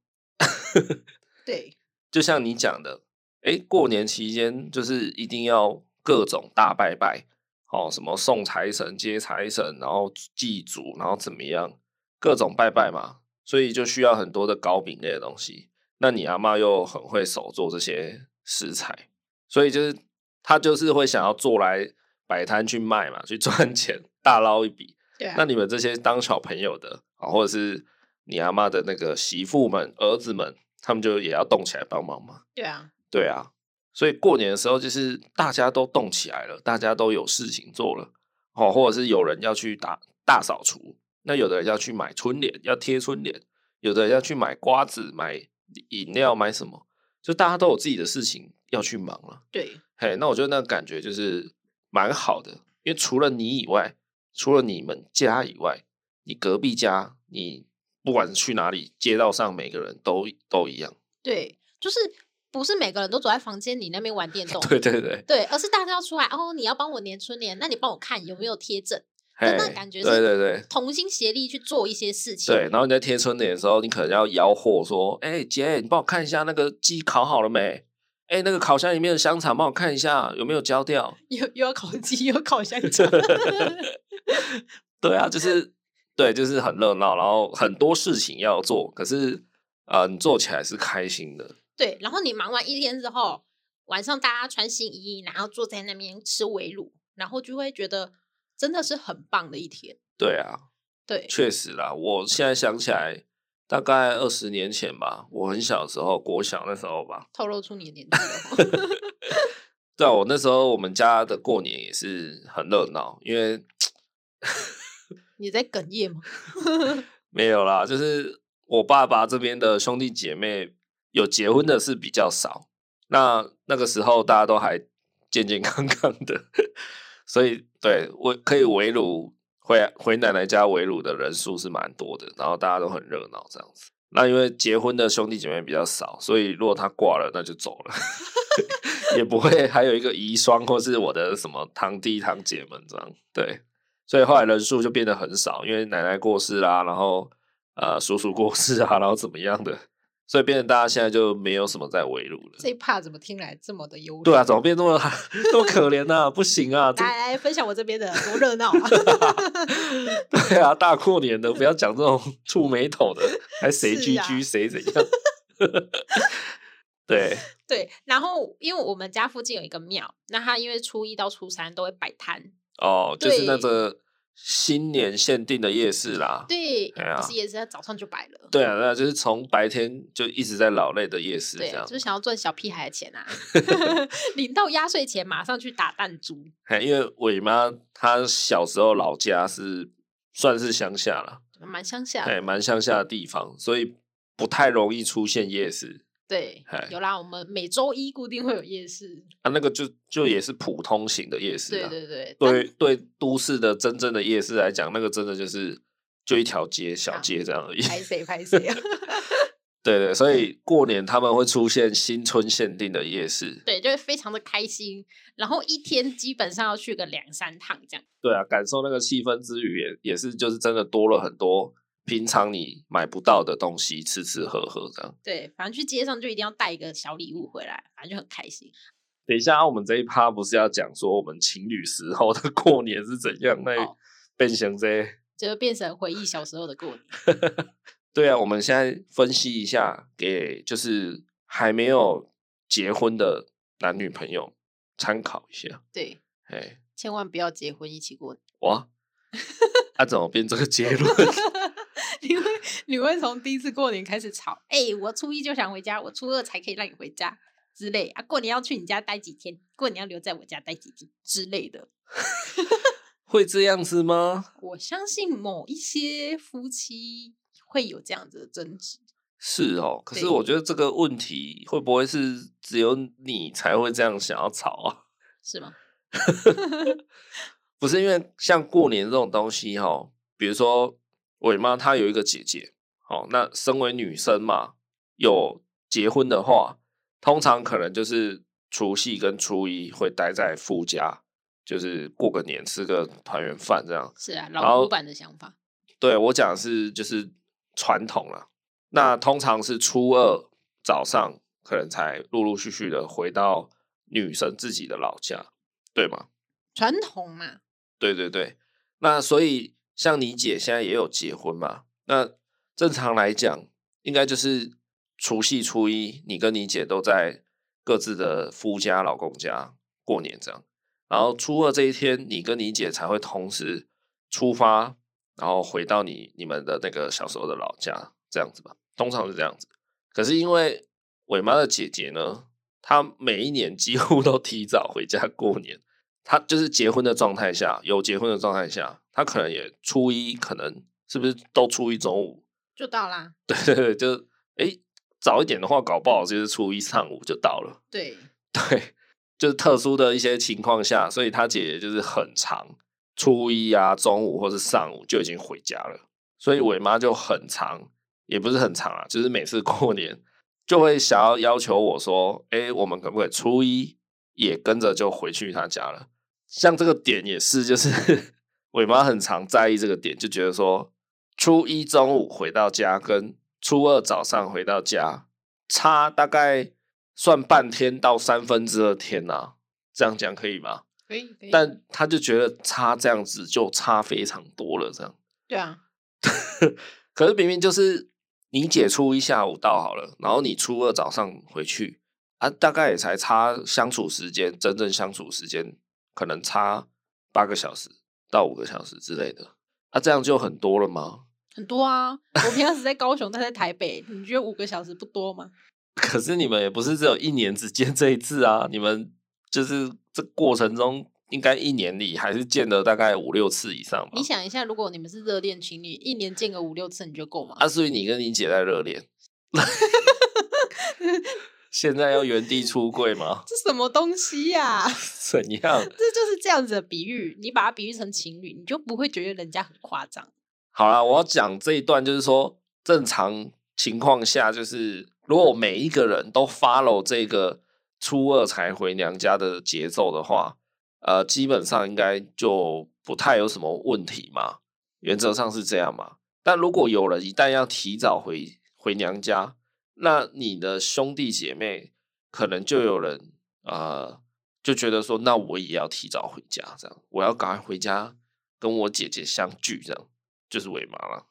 S2: 对，
S1: 就像你讲的，哎，过年期间就是一定要各种大拜拜，哦，什么送财神、接财神，然后祭祖，然后怎么样，各种拜拜嘛，所以就需要很多的糕饼类的东西。那你阿妈又很会手做这些食材，所以就是她就是会想要做来摆摊去卖嘛，去赚 钱，大捞一笔。
S2: 对啊
S1: 那，你们这些当小朋友的啊，或者是你阿妈的那个媳妇们、儿子们，他们就也要动起来帮忙嘛？
S2: 对啊，
S1: 对啊，所以过年的时候就是大家都动起来了，大家都有事情做了哦，或者是有人要去打大扫除，那有的人要去买春联，要贴春联，有的人要去买瓜子、买饮料、买什么，就大家都有自己的事情要去忙了。
S2: 对，
S1: 嘿，那我觉得那个感觉就是蛮好的，因为除了你以外，除了你们家以外，你隔壁家，你不管是去哪里，街道上每个人都都一样。，
S2: 对，就是不是每个人都躲在房间里那边玩电动
S1: 对对对，
S2: 对，而是大家要出来哦，你要帮我粘春联，那你帮我看有没有贴正，
S1: 嘿
S2: 那，感觉是
S1: 对对对
S2: 同心协力去做一些事情。
S1: 对。然后你在贴春联的时候，你可能要吆喝说：“哎、姐，你帮我看一下那个鸡烤好了没？哎、那个烤箱里面的香肠，帮我看一下有没有焦掉。”
S2: 又又要烤鸡，又要 烤 香肠，
S1: 对啊，就是对，就是很热闹，然后很多事情要做，可是呃，你做起来是开心的。
S2: 对，然后你忙完一天之后，晚上大家穿新衣，然后坐在那边吃围炉，然后就会觉得真的是很棒的一天。
S1: 对啊，
S2: 对，
S1: 确实啦，我现在想起来，大概二十年前吧，我很小的时候，国小那时候吧，
S2: 透露出你的年纪了哦。
S1: 对啊、我那时候我们家的过年也是很热闹，因为
S2: 你在哽咽吗？
S1: 没有啦，就是我爸爸这边的兄弟姐妹有结婚的是比较少，那那个时候大家都还健健康康的， 所以对我可以围炉回回奶奶家围炉的人数是蛮多的，然后大家都很热闹这样子。那因为结婚的兄弟姐妹比较少，所以如果他挂了，那就走了， 也不会还有一个遗孀或是我的什么堂弟堂姐们这样。对，所以后来人数就变得很少，因为奶奶过世啦，然后呃叔叔过世啊，然后怎么样的，所以变成大家现在就没有什么在围炉了。
S2: 这一趴怎么听来这么的忧
S1: 对 啊，
S2: 伤
S1: 怎么变那么那么可怜呐、不行啊，这
S2: 来来分享我这边的多热闹啊！
S1: 对啊，大过年的不要讲这种触眉头的，还谁
S2: 是
S1: 居
S2: 啊
S1: 居谁怎样？ 对，
S2: 对，然后因为我们家附近有一个庙，那它因为初一到初三都会摆摊，
S1: 哦，就是那
S2: 对
S1: 个新年限定的夜市啦。
S2: 对，
S1: 哎呀
S2: 不是也是在早上就摆了。
S1: 对啊，对啊，就是从白天就一直在劳累的夜市这
S2: 对，啊
S1: 样
S2: 就，是想要赚小屁孩的钱 啊， 领到压岁钱马上去打弹珠。
S1: 嘿因为伟妈她小时候老家是算是乡下啦，
S2: 蛮乡下
S1: 哎，
S2: 的。
S1: 蛮乡下的地方，所以不太容易出现夜市。
S2: 对
S1: 哎，
S2: 有啦，我们每周一固定会有夜市。
S1: 啊，那个就就也是普通型的夜市
S2: 对
S1: 啊。
S2: 对对，
S1: 对对都市的真正的夜市来讲，那个真的就是就一条街小
S2: 啊
S1: 街这样而已。
S2: 但拍谁拍谁啊？
S1: 对对，所以过年他们会出现新春限定的夜市。
S2: 对，就会非常的开心。然后一天基本上要去个两三趟这样。
S1: 对啊，感受那个气氛之余，也也是就是真的多了很多平常你买不到的东西，吃吃喝喝这样。
S2: 对，反正去街上就一定要带一个小礼物回来，反正就很开心。
S1: 等一下，我们这一趴不是要讲说我们情侣时候的过年是怎样？那
S2: 哦
S1: 变成这，
S2: 就变成回忆小时候的过年。
S1: 对啊，我们现在分析一下，给就是还没有结婚的男女朋友参考一下。
S2: 对，
S1: 哎，
S2: 千万不要结婚一起过年，
S1: 哇，啊，怎么变这个结论？
S2: 你会你会从第一次过年开始吵，哎、我初一就想回家，我初二才可以让你回家之类啊。过年要去你家待几天，过年要留在我家待几天之类的。
S1: 会这样子吗？
S2: 我相信某一些夫妻会有这样子的争执，
S1: 是哦，可是
S2: 对
S1: 我觉得这个问题会不会是只有你才会这样想要吵啊？
S2: 是吗？
S1: 不是因为像过年这种东西哈、比如说伟妈她有一个姐姐，好、那身为女生嘛，有结婚的话，通常可能就是除夕跟初一会待在夫家，就是过个年吃个团圆饭这样。
S2: 是啊，
S1: 然
S2: 老
S1: 后
S2: 古板的想法。
S1: 对我讲的是就是传统啦，那通常是初二早上可能才陆陆续续的回到女生自己的老家，对吗？
S2: 传统嘛，
S1: 对对对，那所以像你姐现在也有结婚嘛？那正常来讲，应该就是除夕初一，你跟你姐都在各自的夫家、老公家过年这样。然后初二这一天，你跟你姐才会同时出发，然后回到你你们的那个小时候的老家，这样子吧。通常是这样子。可是因为伟妈的姐姐呢，她每一年几乎都提早回家过年，他就是结婚的状态下，有结婚的状态下，他可能也初一，可能是不是都初一中午？
S2: 就到啦。
S1: 对对对，就诶、早一点的话，搞不好就是初一上午就到了。
S2: 对，
S1: 对，就是特殊的一些情况下，所以他姐姐就是很长，初一啊、中午或是上午就已经回家了。所以伟妈就很长，也不是很长啊，就是每次过年就会想要要求我说：“哎、我们可不可以初一也跟着就回去他家了？”像这个点也是，就是 伟妈很常在意这个点，就觉得说初一中午回到家跟初二早上回到家差大概算半天到三分之二天呐、啊，这样讲可以吗？
S2: 可以，可以。
S1: 但他就觉得差这样子就差非常多了，这样。
S2: 对啊，
S1: 可是明明就是你姐初一下午到好了，然后你初二早上回去啊，大概也才差相处时间，真正相处时间可能差八个小时到五个小时之类的，啊，这样就很多了吗？
S2: 很多啊。我平常时在高雄，他在台北，你觉得五个小时不多吗？
S1: 可是你们也不是只有一年只见这一次啊，你们就是这过程中应该一年里还是见了大概五六次以上吧
S2: 你？想一下，如果你们是热恋情侣，一年见个五六次，你就够吗？
S1: 啊，所以你跟你姐在热恋，现在要原地出柜吗？
S2: 这什么东西呀、
S1: 怎样？
S2: 这就是这样子的比喻，你把它比喻成情侣，你就不会觉得人家很夸张。
S1: 好啦，我要讲这一段，就是说正常情况下，就是如果每一个人都 follow 这个初二才回娘家的节奏的话，呃，基本上应该就不太有什么问题嘛。原则上是这样嘛。但如果有人一旦要提早回回娘家，那你的兄弟姐妹可能就有人呃就觉得说，那我也要提早回家，这样我要赶快回家跟我姐姐相聚，这样就是伟妈了。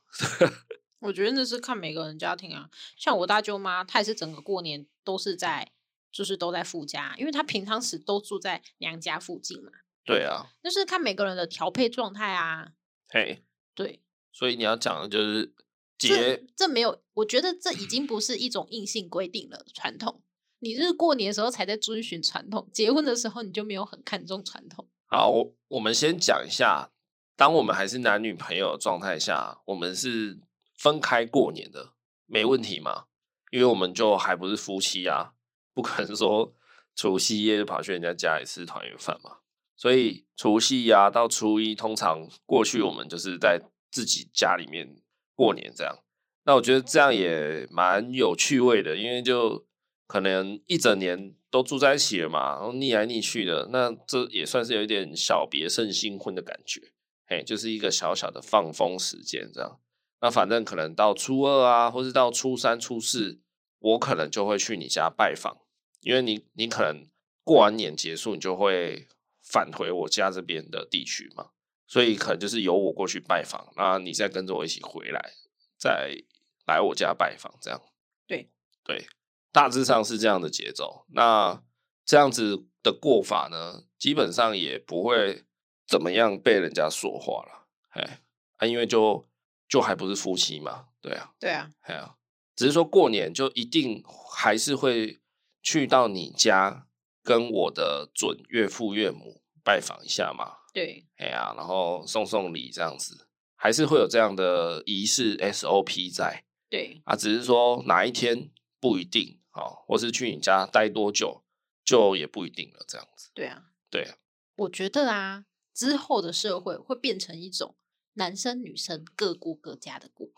S2: 我觉得那是看每个人家庭啊，像我大舅妈，她也是整个过年都是在，就是都在夫家，因为她平常时都住在娘家附近嘛。
S1: 对啊，
S2: 就是看每个人的调配状态啊。
S1: 嘿，
S2: 对，
S1: 所以你要讲的就是
S2: 这
S1: 节
S2: 这没有，我觉得这已经不是一种硬性规定了，传统。你是过年的时候才在遵循传统，结婚的时候你就没有很看重传统。
S1: 好，我我们先讲一下，当我们还是男女朋友的状态下，我们是分开过年的，没问题嘛？因为我们就还不是夫妻啊，不可能说除夕夜就跑去人家家里吃团圆饭嘛。所以除夕呀、到初一，通常过去我们就是在自己家里面过年这样。那我觉得这样也蛮有趣味的，因为就可能一整年都住在一起了嘛，然后腻来腻去的，那这也算是有一点小别胜新婚的感觉，嘿，就是一个小小的放风时间这样。那反正可能到初二啊，或是到初三、初四，我可能就会去你家拜访，因为你你可能过完年结束，你就会返回我家这边的地区嘛，所以可能就是由我过去拜访，那你再跟着我一起回来，再来我家拜访，这样。
S2: 对
S1: 对，大致上是这样的节奏。那这样子的过法呢，基本上也不会怎么样被人家说话了，哎，啊，因为就就还不是夫妻嘛，对啊，
S2: 对啊，
S1: 哎呀，只是说过年就一定还是会去到你家跟我的准岳父岳母拜访一下嘛，
S2: 对，
S1: 哎呀，然后送送礼这样子，还是会有这样的仪式 SOP 在
S2: 对，
S1: 啊，只是说哪一天不一定哦，或是去你家待多久就也不一定了，这样子，
S2: 对啊。
S1: 对啊，
S2: 我觉得啊，之后的社会会变成一种男生女生各顾各家的顾，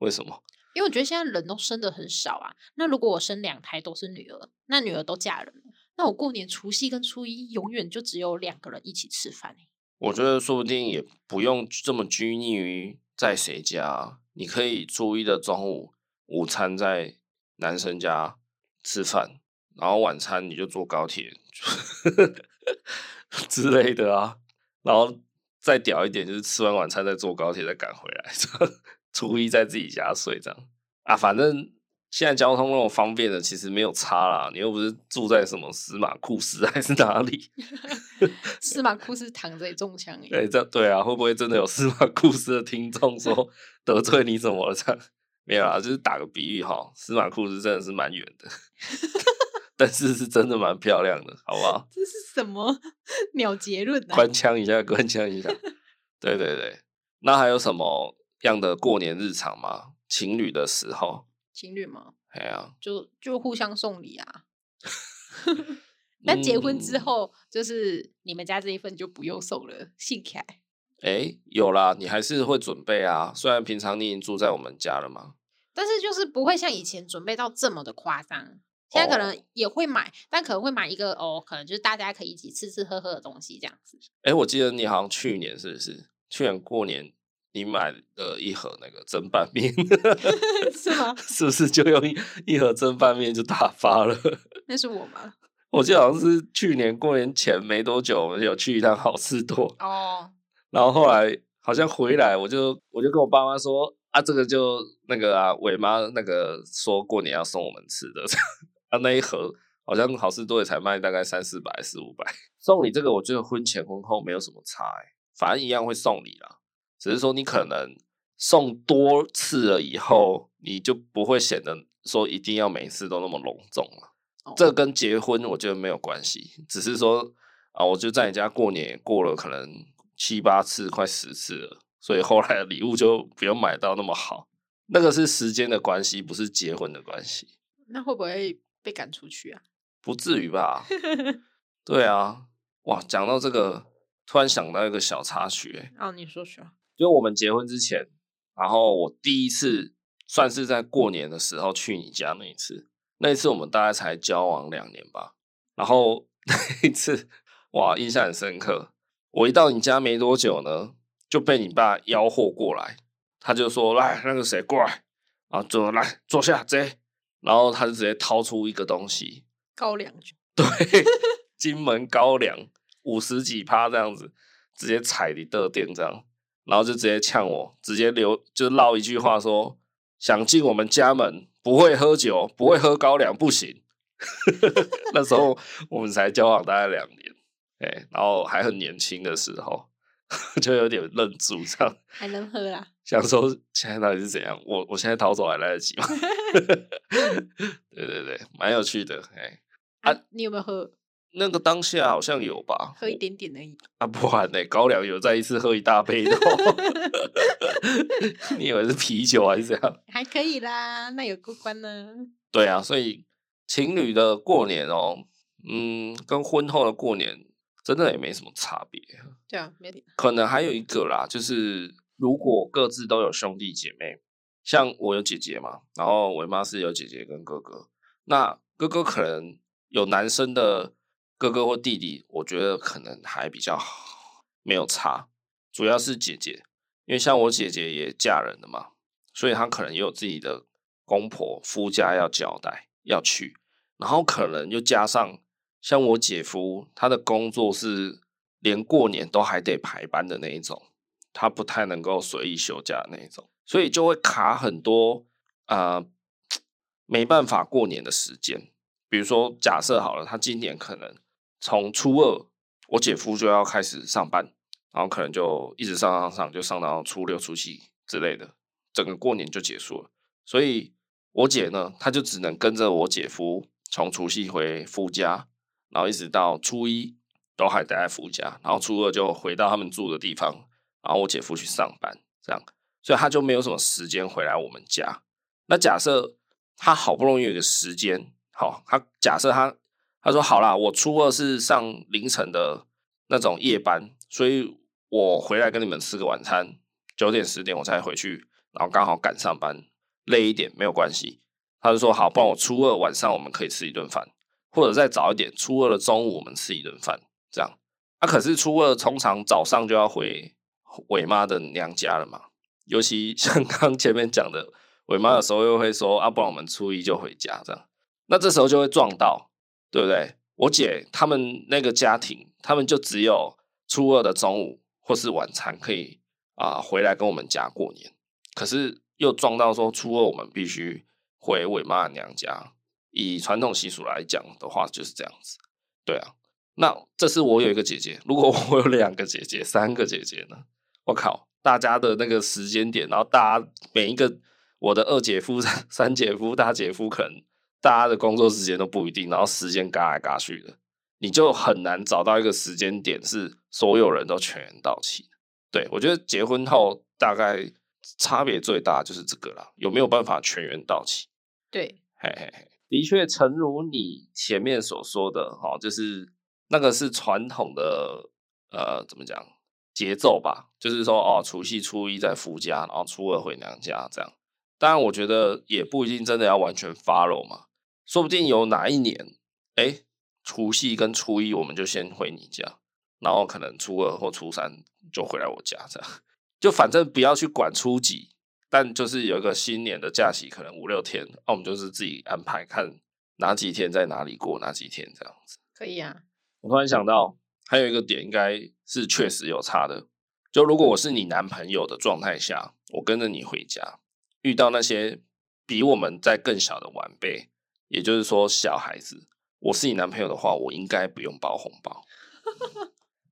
S1: 为什么？
S2: 因为我觉得现在人都生的很少啊。那如果我生两胎都是女儿，那女儿都嫁人了，那我过年除夕跟初一永远就只有两个人一起吃饭、欸、
S1: 我觉得说不定也不用这么拘泥于在谁家啊，你可以初一的中午午餐在男生家吃饭，然后晚餐你就坐高铁 之类的啊，然后再屌一点就是吃完晚餐再坐高铁再赶回来， 这样初一在自己家睡这样啊，反正。现在交通那么方便的，其实没有差啦。你又不是住在什么司马库斯还是哪里，
S2: 司马库斯躺着也中枪 哎、
S1: 对，这对啊，会不会真的有司马库斯的听众说得罪你怎么了？这样没有啦，就是打个比喻哈，司马库斯真的是蛮远的，但是是真的蛮漂亮的，好不好？
S2: 这是什么 鸟结论啊？
S1: 官腔一下，官腔一下。对对对，那还有什么样的过年日常吗？情侣的时候，
S2: 情侣吗？
S1: 哎呀、
S2: 就就互相送礼 啊。那结婚之
S1: 嗯
S2: 后，就是你们家这一份就不用送了，信凯。
S1: 哎、有啦，你还是会准备啊。虽然平常你已经住在我们家了嘛，
S2: 但是就是不会像以前准备到这么的夸张。现在可能也会买，但可能会买一个哦，可能就是大家可以一起吃吃喝喝的东西这样子。
S1: 哎、我记得你好像去年是不是？去年过年你买了一盒那个蒸拌面，
S2: 是吗？
S1: 是不是就用一一盒蒸拌面就打发了？
S2: 那是我吗？
S1: 我记得好像是去年过年前没多久，我们有去一趟好事多，
S2: 哦，
S1: 然后后来好像回来，我就我就跟我爸妈说啊，这个就那个啊，伟妈那个说过年要送我们吃的，啊那一盒好像好事多也才卖大概三四百、四五百。送礼这个，我觉得婚前婚后没有什么差、欸，反正一样会送礼啦，只是说你可能送多次了以后，你就不会显得说一定要每次都那么隆重了。
S2: 哦
S1: 这跟结婚我觉得没有关系，只是说啊，我就在你家过年也过了可能七八次，快十次了，所以后来的礼物就不用买到那么好。那个是时间的关系，不是结婚的关系，
S2: 那会不会被赶出去 啊？
S1: 不至于吧？对啊，哇，讲到这个，突然想到一个小插曲、欸，
S2: 哦，你说说。
S1: 就我们结婚之前，然后我第一次算是在过年的时候去你家那一次，那一次我们大概才交往两年吧，然后 那一次哇印象很深刻。我一到你家没多久呢，就被你爸吆喝过来，他就说：“来，那个谁过来啊，坐来坐下，这。”然后他就直接掏出一个东西，
S2: 高粱酒
S1: 金门高粱五十几趴这样子，直接踩你的店这样，然后就直接呛我，直接留就唠一句话说，想进我们家门不会喝酒，不会喝高粱不行。 那时候我们才交往大概两年，哎、然后还很年轻的时候， 就有点愣住这样。
S2: 还能喝啦？
S1: 想说现在到底是怎样？我我现在逃走还来得及吗？ 对对对，蛮有趣的。哎、
S2: 啊，你有没有喝？
S1: 那个当下好像有吧，
S2: 喝一点点而已。
S1: 啊，不然呢、高粱有再一次喝一大杯的哦， 你以为是啤酒还是怎样？
S2: 还可以啦，那有过关呢。
S1: 对啊，所以情侣的过年哦，嗯，跟婚后的过年真的也没什么差别。
S2: 对啊，没点
S1: 可能还有一个啦，就是如果各自都有兄弟姐妹，像我有姐姐嘛，然后我妈是有姐姐跟哥哥，那哥哥可能有男生的哥哥或弟弟，我觉得可能还比较好，没有差，主要是姐姐，因为像我姐姐也嫁人了嘛，所以她可能也有自己的公婆夫家要交代要去，然后可能又加上像我姐夫，他的工作是连过年都还得排班的那一种，他不太能够随意休假的那一种，所以就会卡很多呃没办法过年的时间。比如说，假设好了，他今年可能从初二，我姐夫就要开始上班，然后可能就一直上上上，就上到初六、初七之类的，整个过年就结束了。所以我姐呢，她就只能跟着我姐夫从除夕回夫家，然后一直到初一都还待在夫家，然后初二就回到他们住的地方，然后我姐夫去上班，这样，所以她就没有什么时间回来我们家。那假设她好不容易有个时间，好，她假设她她说好啦，我初二是上凌晨的那种夜班，所以我回来跟你们吃个晚餐，九点十点我才回去，然后刚好赶上班，累一点没有关系。他就说好，不然我初二晚上我们可以吃一顿饭，或者再早一点，初二的中午我们吃一顿饭，这样。啊，可是初二通常早上就要回伟妈的娘家了嘛，尤其像刚前面讲的，伟妈有时候又会说啊，不然我们初一就回家这样。那这时候就会撞到，对不对？我姐他们那个家庭，他们就只有初二的中午或是晚餐可以啊、回来跟我们家过年，可是又撞到说初二我们必须回伟妈的娘家。以传统习俗来讲的话，就是这样子。对啊，那这是我有一个姐姐，如果我有两个姐姐、三个姐姐呢？我靠，大家的那个时间点，然后大家每一个我的二姐夫、 三三姐夫、大姐夫，可能大家的工作时间都不一定，然后时间嘎来嘎去的，你就很难找到一个时间点是所有人都全员到齐的。对我觉得结婚后大概差别最大就是这个啦，有没有办法全员到齐？
S2: 对，
S1: 嘿嘿嘿，的确，诚如你前面所说的，哈、就是那个是传统的，呃，怎么讲节奏吧？就是说，哦，除夕、初一在夫家，然后初二回娘家这样。当然，我觉得也不一定真的要完全 follow 嘛，说不定有哪一年，哎、除夕跟初一我们就先回你家，然后可能初二或初三就回来我家，这样就反正不要去管初几，但就是有一个新年的假期，可能五六天，那、我们就是自己安排看哪几天在哪里过，哪几天这样子。
S2: 可以啊。
S1: 我突然想到，还有一个点应该是确实有差的，就如果我是你男朋友的状态下，我跟着你回家，遇到那些比我们在更小的晚辈，也就是说小孩子，我是你男朋友的话，我应该不用包红包，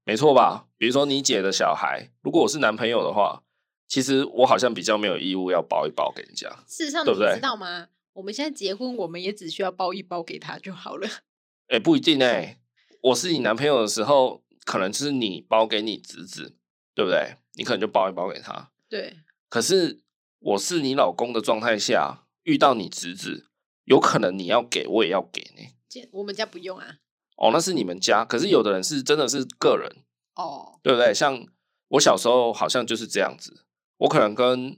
S1: 没错吧？比如说你姐的小孩，如果我是男朋友的话，其实我好像比较没有义务要包一包给人家。
S2: 事实上，你
S1: 对不对
S2: 知道吗？我们现在结婚，我们也只需要包一包给他就好了。
S1: 哎、不一定哎、我是你男朋友的时候，可能是你包给你侄子，对不对？你可能就包一包给他。
S2: 对，
S1: 可是我是你老公的状态下，遇到你侄子，有可能你要给，我也要给呢。
S2: 这我们家不用啊。
S1: 哦，那是你们家，可是有的人是真的是个人，
S2: 哦，
S1: 对不对？像我小时候好像就是这样子，我可能跟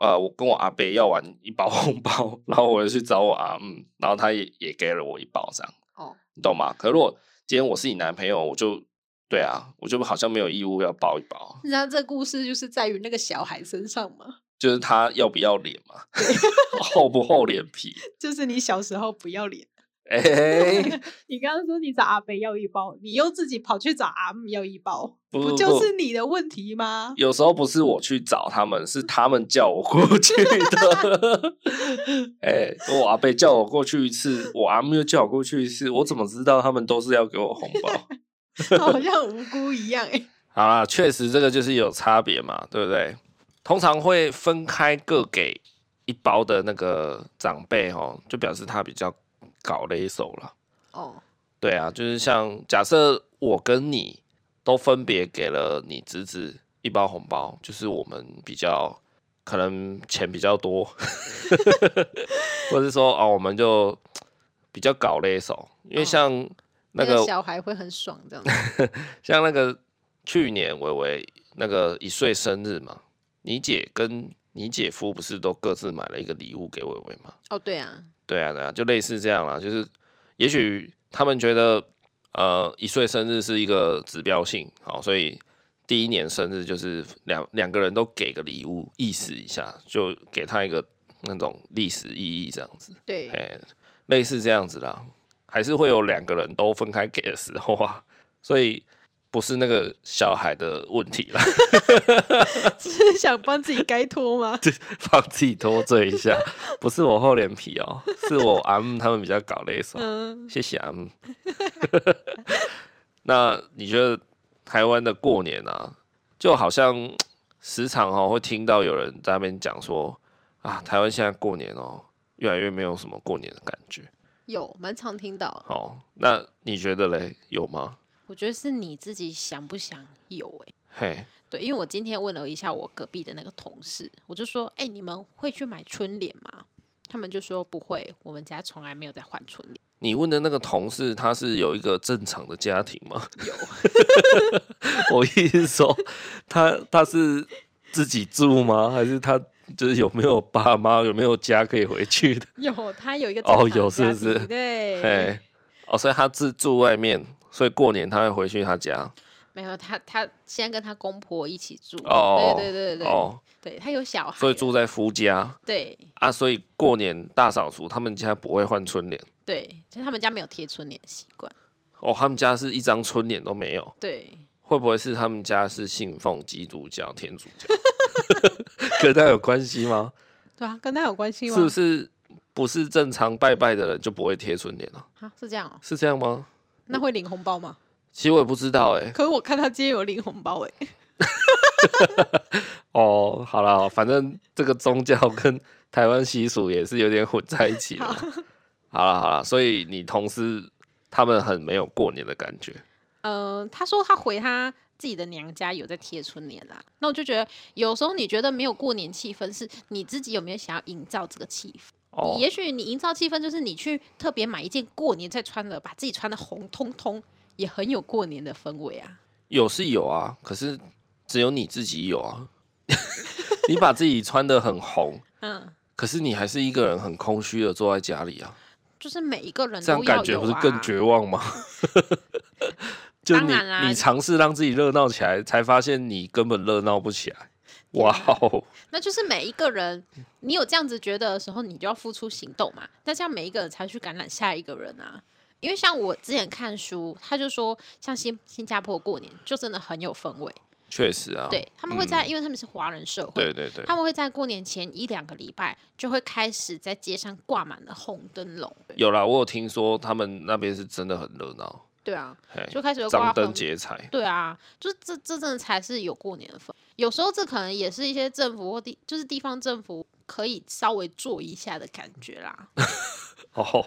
S1: 呃，我跟我阿伯要完一包红包，然后我就去找我阿嗯，然后他也也给了我一包这样。
S2: 哦，
S1: 你懂吗？可是如果今天我是你男朋友，我就对啊，我就好像没有义务要包一包，
S2: 你知道这故事就是在于那个小孩身上吗？
S1: 就是他要不要脸嘛， 厚不厚脸皮？
S2: 就是你小时候不要脸。
S1: 哎、
S2: 你刚刚说你找阿北要一包，你又自己跑去找阿姆要一包，
S1: 不不
S2: 就
S1: 不
S2: 是你的问题吗？
S1: 有时候不是我去找他们，是他们叫我过去的。哎、我阿贝叫我过去一次，我阿妹又叫我过去一次，我怎么知道他们都是要给我红包？
S2: 好像很无辜一样哎、
S1: 好啦，确实这个就是有差别嘛，对不对？通常会分开各给一包的那个长辈哦，就表示他比较搞勒手了。
S2: 哦，
S1: 对啊，就是像假设我跟你都分别给了你侄子一包红包，就是我们比较可能钱比较多， 或者说哦，我们就比较搞勒手，因为
S2: 嗯
S1: 像那个、
S2: 小孩会很爽这 样子。
S1: 像那个去年伟伟那个一岁生日嘛，你姐跟你姐夫不是都各自买了一个礼物给伟伟吗？
S2: 哦，对啊，
S1: 对啊，对啊，就类似这样啦，就是也许他们觉得呃一岁生日是一个指标性，好，所以第一年生日就是两两个人都给个礼物意思一下，就给他一个那种历史意义这样子，哎、
S2: 对，
S1: 类似这样子啦，还是会有两个人都分开给的时候啊，所以不是那个小孩的问题啦。
S2: 只是 想帮自己开脱吗？
S1: 帮自己多罪一下，不是我厚脸皮哦，是我阿姆他们比较搞那一手。
S2: 嗯，
S1: 谢谢阿姆。 那你觉得台湾的过年啊，就好像时常哦会听到有人在那边讲说啊，台湾现在过年哦越来越没有什么过年的感觉。
S2: 有蛮常听到，
S1: 哦，那你觉得嘞，有吗？
S2: 我觉得是你自己想不想有哎、
S1: 嘿，
S2: 对，因为我今天问了一下我隔壁的那个同事，我就说：“哎、你们会去买春联吗？”他们就说：“不会，我们家从来没有在换春联。
S1: 你问的那个同事，他是有一个正常的家庭吗？有。 我意思是说，他他是自己住吗？还是他就是有没有爸妈，有没有家可以回去的？”
S2: 有，他有一个
S1: 正哦常有的是家不是庭
S2: 对，
S1: 哎，哦，所以他自住外面，所以过年他会回去他家。
S2: 没有他，他现在跟他公婆一起住。
S1: 哦，
S2: 对对对对对，
S1: 哦，
S2: 对他有小孩了，
S1: 所以住在夫家
S2: 对
S1: 啊，所以过年大扫除，他们家不会换春联。
S2: 对，就是他们家没有贴春联的习惯。
S1: 哦，他们家是一张春联都没有。
S2: 对，
S1: 会不会是他们家是信奉基督教、天主教， 跟他有关系吗？
S2: 对啊，跟他有关系
S1: 是
S2: 吗？
S1: 不是不是正常拜拜的人就不会贴春联了？
S2: 啊，是这样哦、
S1: 是这样吗？
S2: 那会领红包吗？
S1: 其实我也不知道哎、
S2: 可是我看他今天有领红包哎、
S1: 哦，好啦，反正这个宗教跟台湾习俗也是有点混在一起了。好啦好啦，所以你同事他们很没有过年的感觉。
S2: 嗯，他说他回他自己的娘家有在贴春联啦。那我就觉得，有时候你觉得没有过年气氛，是你自己有没有想要营造这个气氛？
S1: 哦
S2: 也许你营造气氛就是你去特别买一件过年再穿的，把自己穿的红彤彤，也很有过年的氛围啊。
S1: 有是有啊，可是只有你自己有啊。 你把自己穿得很红，
S2: 嗯，
S1: 可是你还是一个人很空虚的坐在家里啊，
S2: 就是每一个人
S1: 这样
S2: 都要有、
S1: 感
S2: 啊、
S1: 觉不是更绝望 吗？就
S2: 当
S1: 你
S2: 然啊啦
S1: 你尝试让自己热闹起来，才发现你根本热闹不起来。
S2: 啊
S1: 哇哦，
S2: 那就是每一个人，你有这样子觉得的时候，你就要付出行动嘛。那这样每一个人才去感染下一个人啊。因为像我之前看书，他就说，像新新加坡过年就真的很有氛围，
S1: 确实啊，
S2: 对他们会在，因为他们是华人社会，
S1: 对对对，
S2: 他们会在过年前一两个礼拜就会开始在街上挂满了红灯笼，
S1: 有啦，我有听说他们那边是真的很热闹，
S2: 对啊，
S1: 嘿，
S2: 就开始会挂
S1: 张
S2: 红
S1: 灯结彩。
S2: 对啊，就是这这真的才是有过年的氛。有时候这可能也是一些政府或地，就是地方政府可以稍微做一下的感觉啦。
S1: 哦，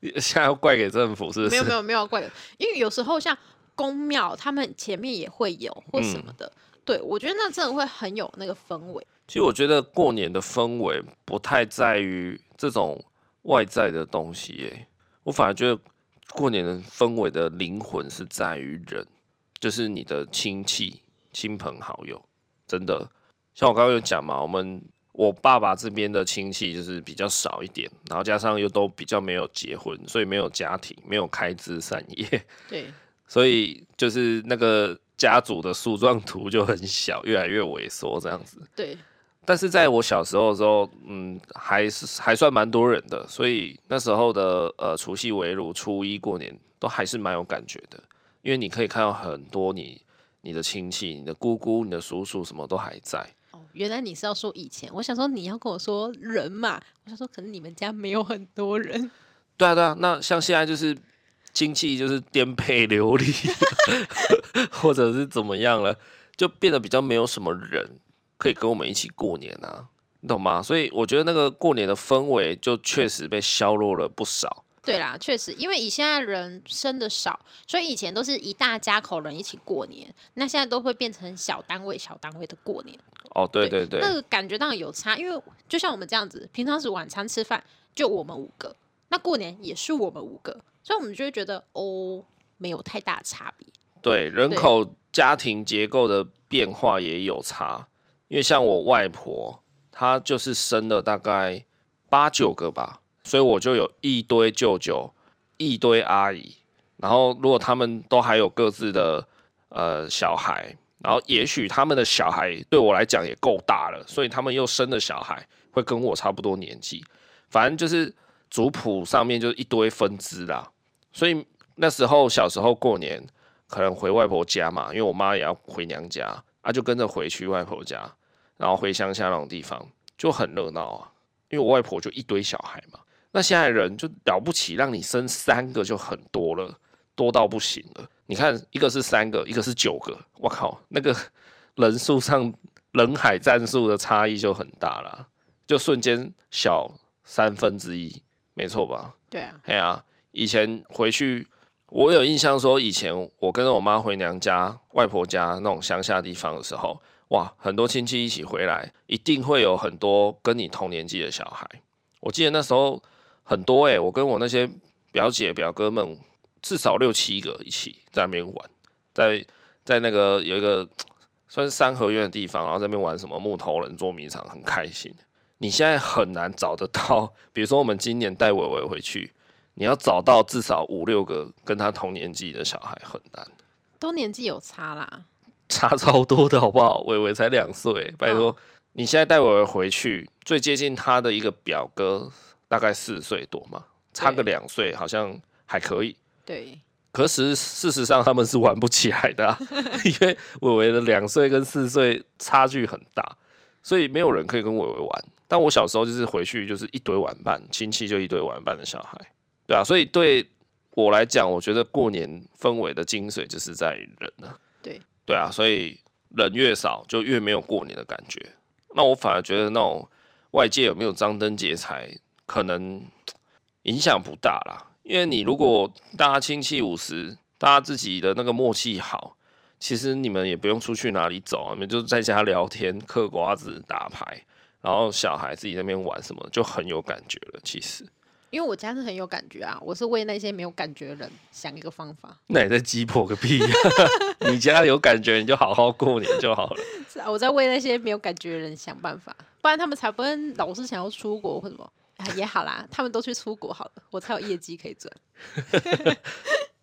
S1: 你现在要怪给政府是不是
S2: 没有？没有没有怪，因为有时候像宫庙，他们前面也会有或什么的。对，我觉得那真的会很有那个氛围。
S1: 其实我觉得过年的氛围不太在于这种外在的东西、耶，我反而觉得过年的氛围的灵魂是在于人，就是你的亲戚、亲朋好友，真的。像我刚刚有讲嘛，我们我爸爸这边的亲戚就是比较少一点，然后加上又都比较没有结婚，所以没有家庭，没有开枝散叶，
S2: 对，
S1: 所以就是那个家族的树状图就很小，越来越萎缩这样子。
S2: 对，
S1: 但是在我小时候的时候，嗯，还是还算蛮多人的，所以那时候的呃除夕围炉、初一过年都还是蛮有感觉的，因为你可以看到很多你你的亲戚、你的姑姑、你的叔叔什么都还在。
S2: 哦，原来你是要说以前，我想说你要跟我说人嘛，我想说可能你们家没有很多人，
S1: 对啊，对啊，那像现在就是亲戚就是颠沛流离，或者是怎么样了，就变得比较没有什么人可以跟我们一起过年啊，你懂吗？所以我觉得那个过年的氛围就确实被削弱了不少。
S2: 对啦，确实，因为以现在人生的少，所以以前都是一大家口人一起过年，那现在都会变成小单位、小单位的过年。
S1: 哦，对对对，
S2: 那个感觉当然有差，因为就像我们这样子，平常是晚餐吃饭就我们五个，那过年也是我们五个，所以我们就会觉得哦，没有太大差别。
S1: 对人
S2: 对
S1: 口家庭结构的变化也有差，因为像我外婆，他就是生了大概八九个吧，所以我就有一堆舅舅，一堆阿姨，然后如果他们都还有各自的呃小孩，然后也许他们的小孩对我来讲也够大了，所以他们又生的小孩会跟我差不多年纪，反正就是族谱上面就是一堆分支啦，所以那时候小时候过年可能回外婆家嘛，因为我妈也要回娘家，啊就跟着回去外婆家，然后回乡下那种地方就很热闹啊，因为我外婆就一堆小孩嘛，那现在人就了不起，让你生三个就很多了，多到不行了。你看，一个是三个，一个是九个，我靠，那个人数上人海战术的差异就很大啦，就瞬间小三分之一，没错吧？
S2: 对啊，
S1: 哎呀、以前回去，我有印象说，以前我跟着我妈回娘家、外婆家那种乡下地方的时候，哇，很多亲戚一起回来，一定会有很多跟你同年纪的小孩。我记得那时候很多哎、我跟我那些表姐表哥们，至少六七个一起在那边玩，在在那个有一个算是三合院的地方，然后在那边玩什么木头人捉迷藏，很开心。你现在很难找得到，比如说我们今年带伟伟回去，你要找到至少五六个跟他同年纪的小孩很难，
S2: 都年纪有差啦。
S1: 差超多的好不好？伟伟才两岁，拜托，你现在带伟伟回去，最接近他的一个表哥大概四岁多嘛，差个
S2: 对
S1: 两岁好像还可以。
S2: 对，
S1: 可是事实上他们是玩不起来的啊、因为伟伟的两岁跟四岁差距很大，所以没有人可以跟伟伟玩。但我小时候就是回去就是一堆玩伴，亲戚就一堆玩伴的小孩，对啊，所以对我来讲，我觉得过年氛围的精髓就是在于人啊，
S2: 对，
S1: 对啊，所以人越少就越没有过年的感觉。那我反而觉得那种外界有没有张灯结彩，可能影响不大啦。因为你如果大家亲戚五十，大家自己的那个默契好，其实你们也不用出去哪里走啊，你们就在家聊天、嗑瓜子、打牌，然后小孩自己在那边玩什么，就很有感觉了。其实
S2: 因为我家是很有感觉啊，我是为那些没有感觉的人想一个方法。
S1: 那也在鸡婆个屁、呀！ 你家有感觉，你就好好过年就好了。
S2: 是啊，我在为那些没有感觉的人想办法，不然他们才不会老是想要出国或什么。啊、也好啦， 他们都去出国好了，我才有业绩可以赚。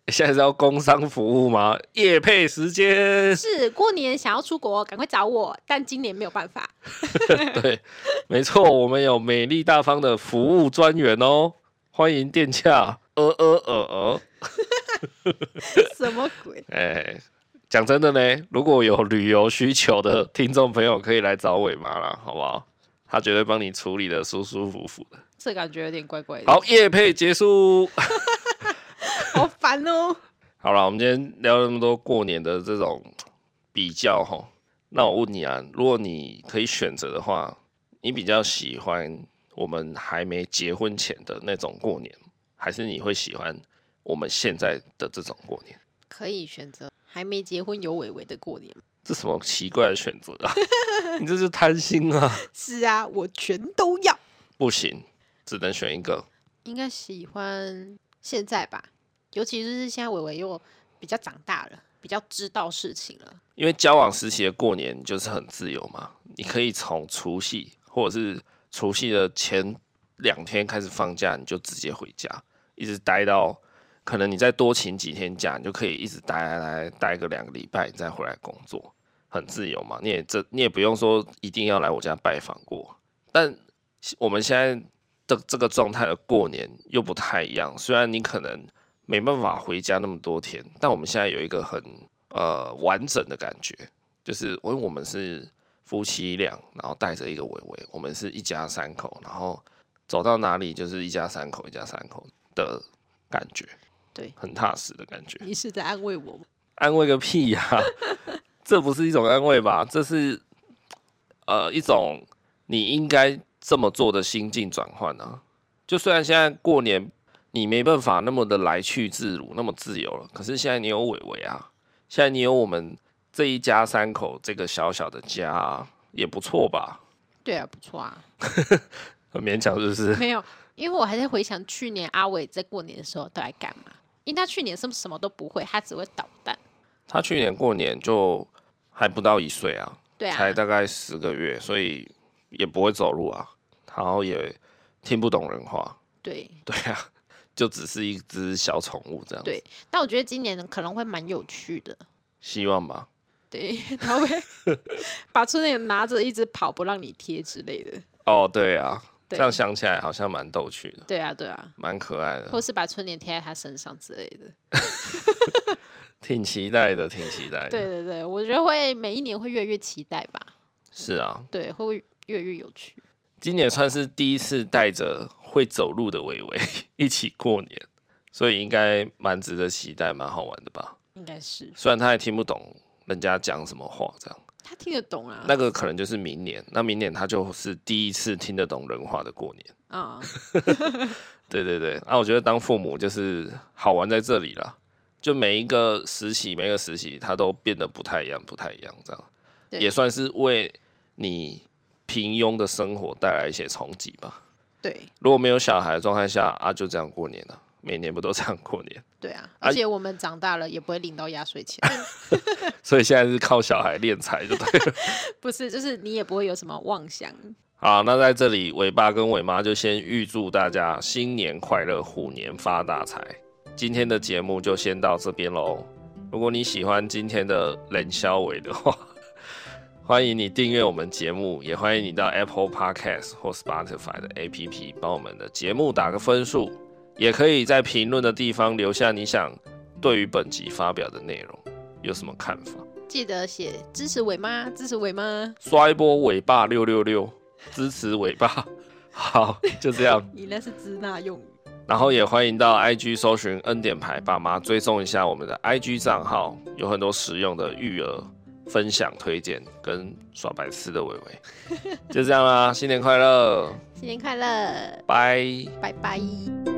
S1: 现在是要工商服务吗？夜配时间。
S2: 是过年想要出国，赶快找我，但今年没有办法。
S1: 对，没错，我们有美丽大方的服务专员哦，欢迎殿下。呃呃呃呃，
S2: 什么鬼？
S1: 哎，讲真的呢，如果有旅游需求的听众朋友，可以来找伟妈啦，好不好？她绝对帮你处理的舒舒服服的。
S2: 这感觉有点怪怪的，
S1: 好，夜配结束。
S2: 好烦哦。
S1: 好了，我们今天聊了那么多过年的这种比较哈，那我问你啊，如果你可以选择的话，你比较喜欢我们还没结婚前的那种过年，还是你会喜欢我们现在的这种过年？
S2: 可以选择还没结婚有伟伟的过年。
S1: 这什么奇怪的选择啊！ 你这是贪心啊！
S2: 是啊，我全都要。
S1: 不行，只能选一个。
S2: 应该喜欢现在吧，尤其是现在伟伟又比较长大了，比较知道事情了。
S1: 因为交往时期的过年就是很自由嘛，你可以从除夕或者是除夕的前两天开始放假，你就直接回家，一直待到可能你再多请几天假，你就可以一直待待待待个两个礼拜，你再回来工作，很自由嘛。你也这你也不用说一定要来我家拜访过，但我们现在的这个状态的过年又不太一样，虽然你可能没办法回家那么多天，但我们现在有一个很呃完整的感觉，就是因为我们是夫妻俩，然后带着一个伟伟，我们是一家三口，然后走到哪里就是一家三口，一家三口的感觉，
S2: 对
S1: 很踏实的感觉，
S2: 你是在安慰我吗？
S1: 安慰个屁呀、 这不是一种安慰吧？这是呃一种你应该这么做的心境转换啊。就虽然现在过年你没办法那么的来去自如，那么自由了，可是现在你有伟伟啊，现在你有我们这一家三口这个小小的家啊、也不错吧？
S2: 对啊，不错啊。
S1: 很勉强是不是？
S2: 没有，因为我还在回想去年阿伟在过年的时候都在干嘛。因为他去年什么什么都不会，他只会捣蛋。
S1: 他去年过年就还不到一岁啊，
S2: 对啊，
S1: 才大概十个月，所以也不会走路啊，然后也听不懂人话，
S2: 对
S1: 对啊，就只是一只小宠物这样子，
S2: 对，但我觉得今年可能会蛮有趣的。
S1: 希望吧。
S2: 对，他会把春联拿着一直跑，不让你贴之类的。
S1: 哦，对啊，这
S2: 对
S1: 样想起来好像蛮逗趣的，
S2: 对啊，对啊，
S1: 蛮可爱的
S2: 或，是把春联贴在他身上之类的。
S1: 挺期待的，挺期待的。
S2: 对，对对，我觉得会每一年会越来越期待吧。
S1: 是啊，
S2: 对，会越来越有趣。
S1: 今年算是第一次带着会走路的维维 一起过年，所以应该蛮值得期待，蛮好玩的吧。
S2: 应该是
S1: 虽然他也听不懂人家讲什么话，这样
S2: 他听得懂啊，
S1: 那个可能就是明年，那明年他就是第一次听得懂人话的过年。
S2: 啊、
S1: 对对对，那、我觉得当父母就是好玩在这里啦，就每一个时期，每一个时期他都变得不太一样，不太一样，这样
S2: 对
S1: 也算是为你平庸的生活带来一些冲击吧。
S2: 对
S1: 如果没有小孩的状态下啊，就这样过年了、每年不都这样过年？
S2: 对啊，
S1: 啊
S2: 而且我们长大了也不会领到压岁 钱，
S1: 所以现在是靠小孩敛财，就对了。
S2: 不是，就是你也不会有什么妄想。
S1: 好，那在这里，伟爸跟伟妈就先预祝大家新年快乐，虎年发大财。今天的节目就先到这边喽。如果你喜欢今天的冷肖伟的话， 欢迎你订阅我们节目，也欢迎你到 Apple Podcast 或 Spotify 的 APP 帮我们的节目打个分数，也可以在评论的地方留下你想对于本集发表的内容有什么看法。
S2: 记得写支持伟妈，支持伟妈，
S1: 刷一波尾巴六六六，支持尾巴。 好，就这样。
S2: 你那是支那用语。
S1: 然后也欢迎到 IG 搜寻恩典牌爸妈，追踪一下我们的 IG 账号，有很多实用的育儿分享、推荐跟耍白痴的伟伟。就这样啦，新年快乐，
S2: 新年快乐，
S1: 拜。
S2: 拜拜。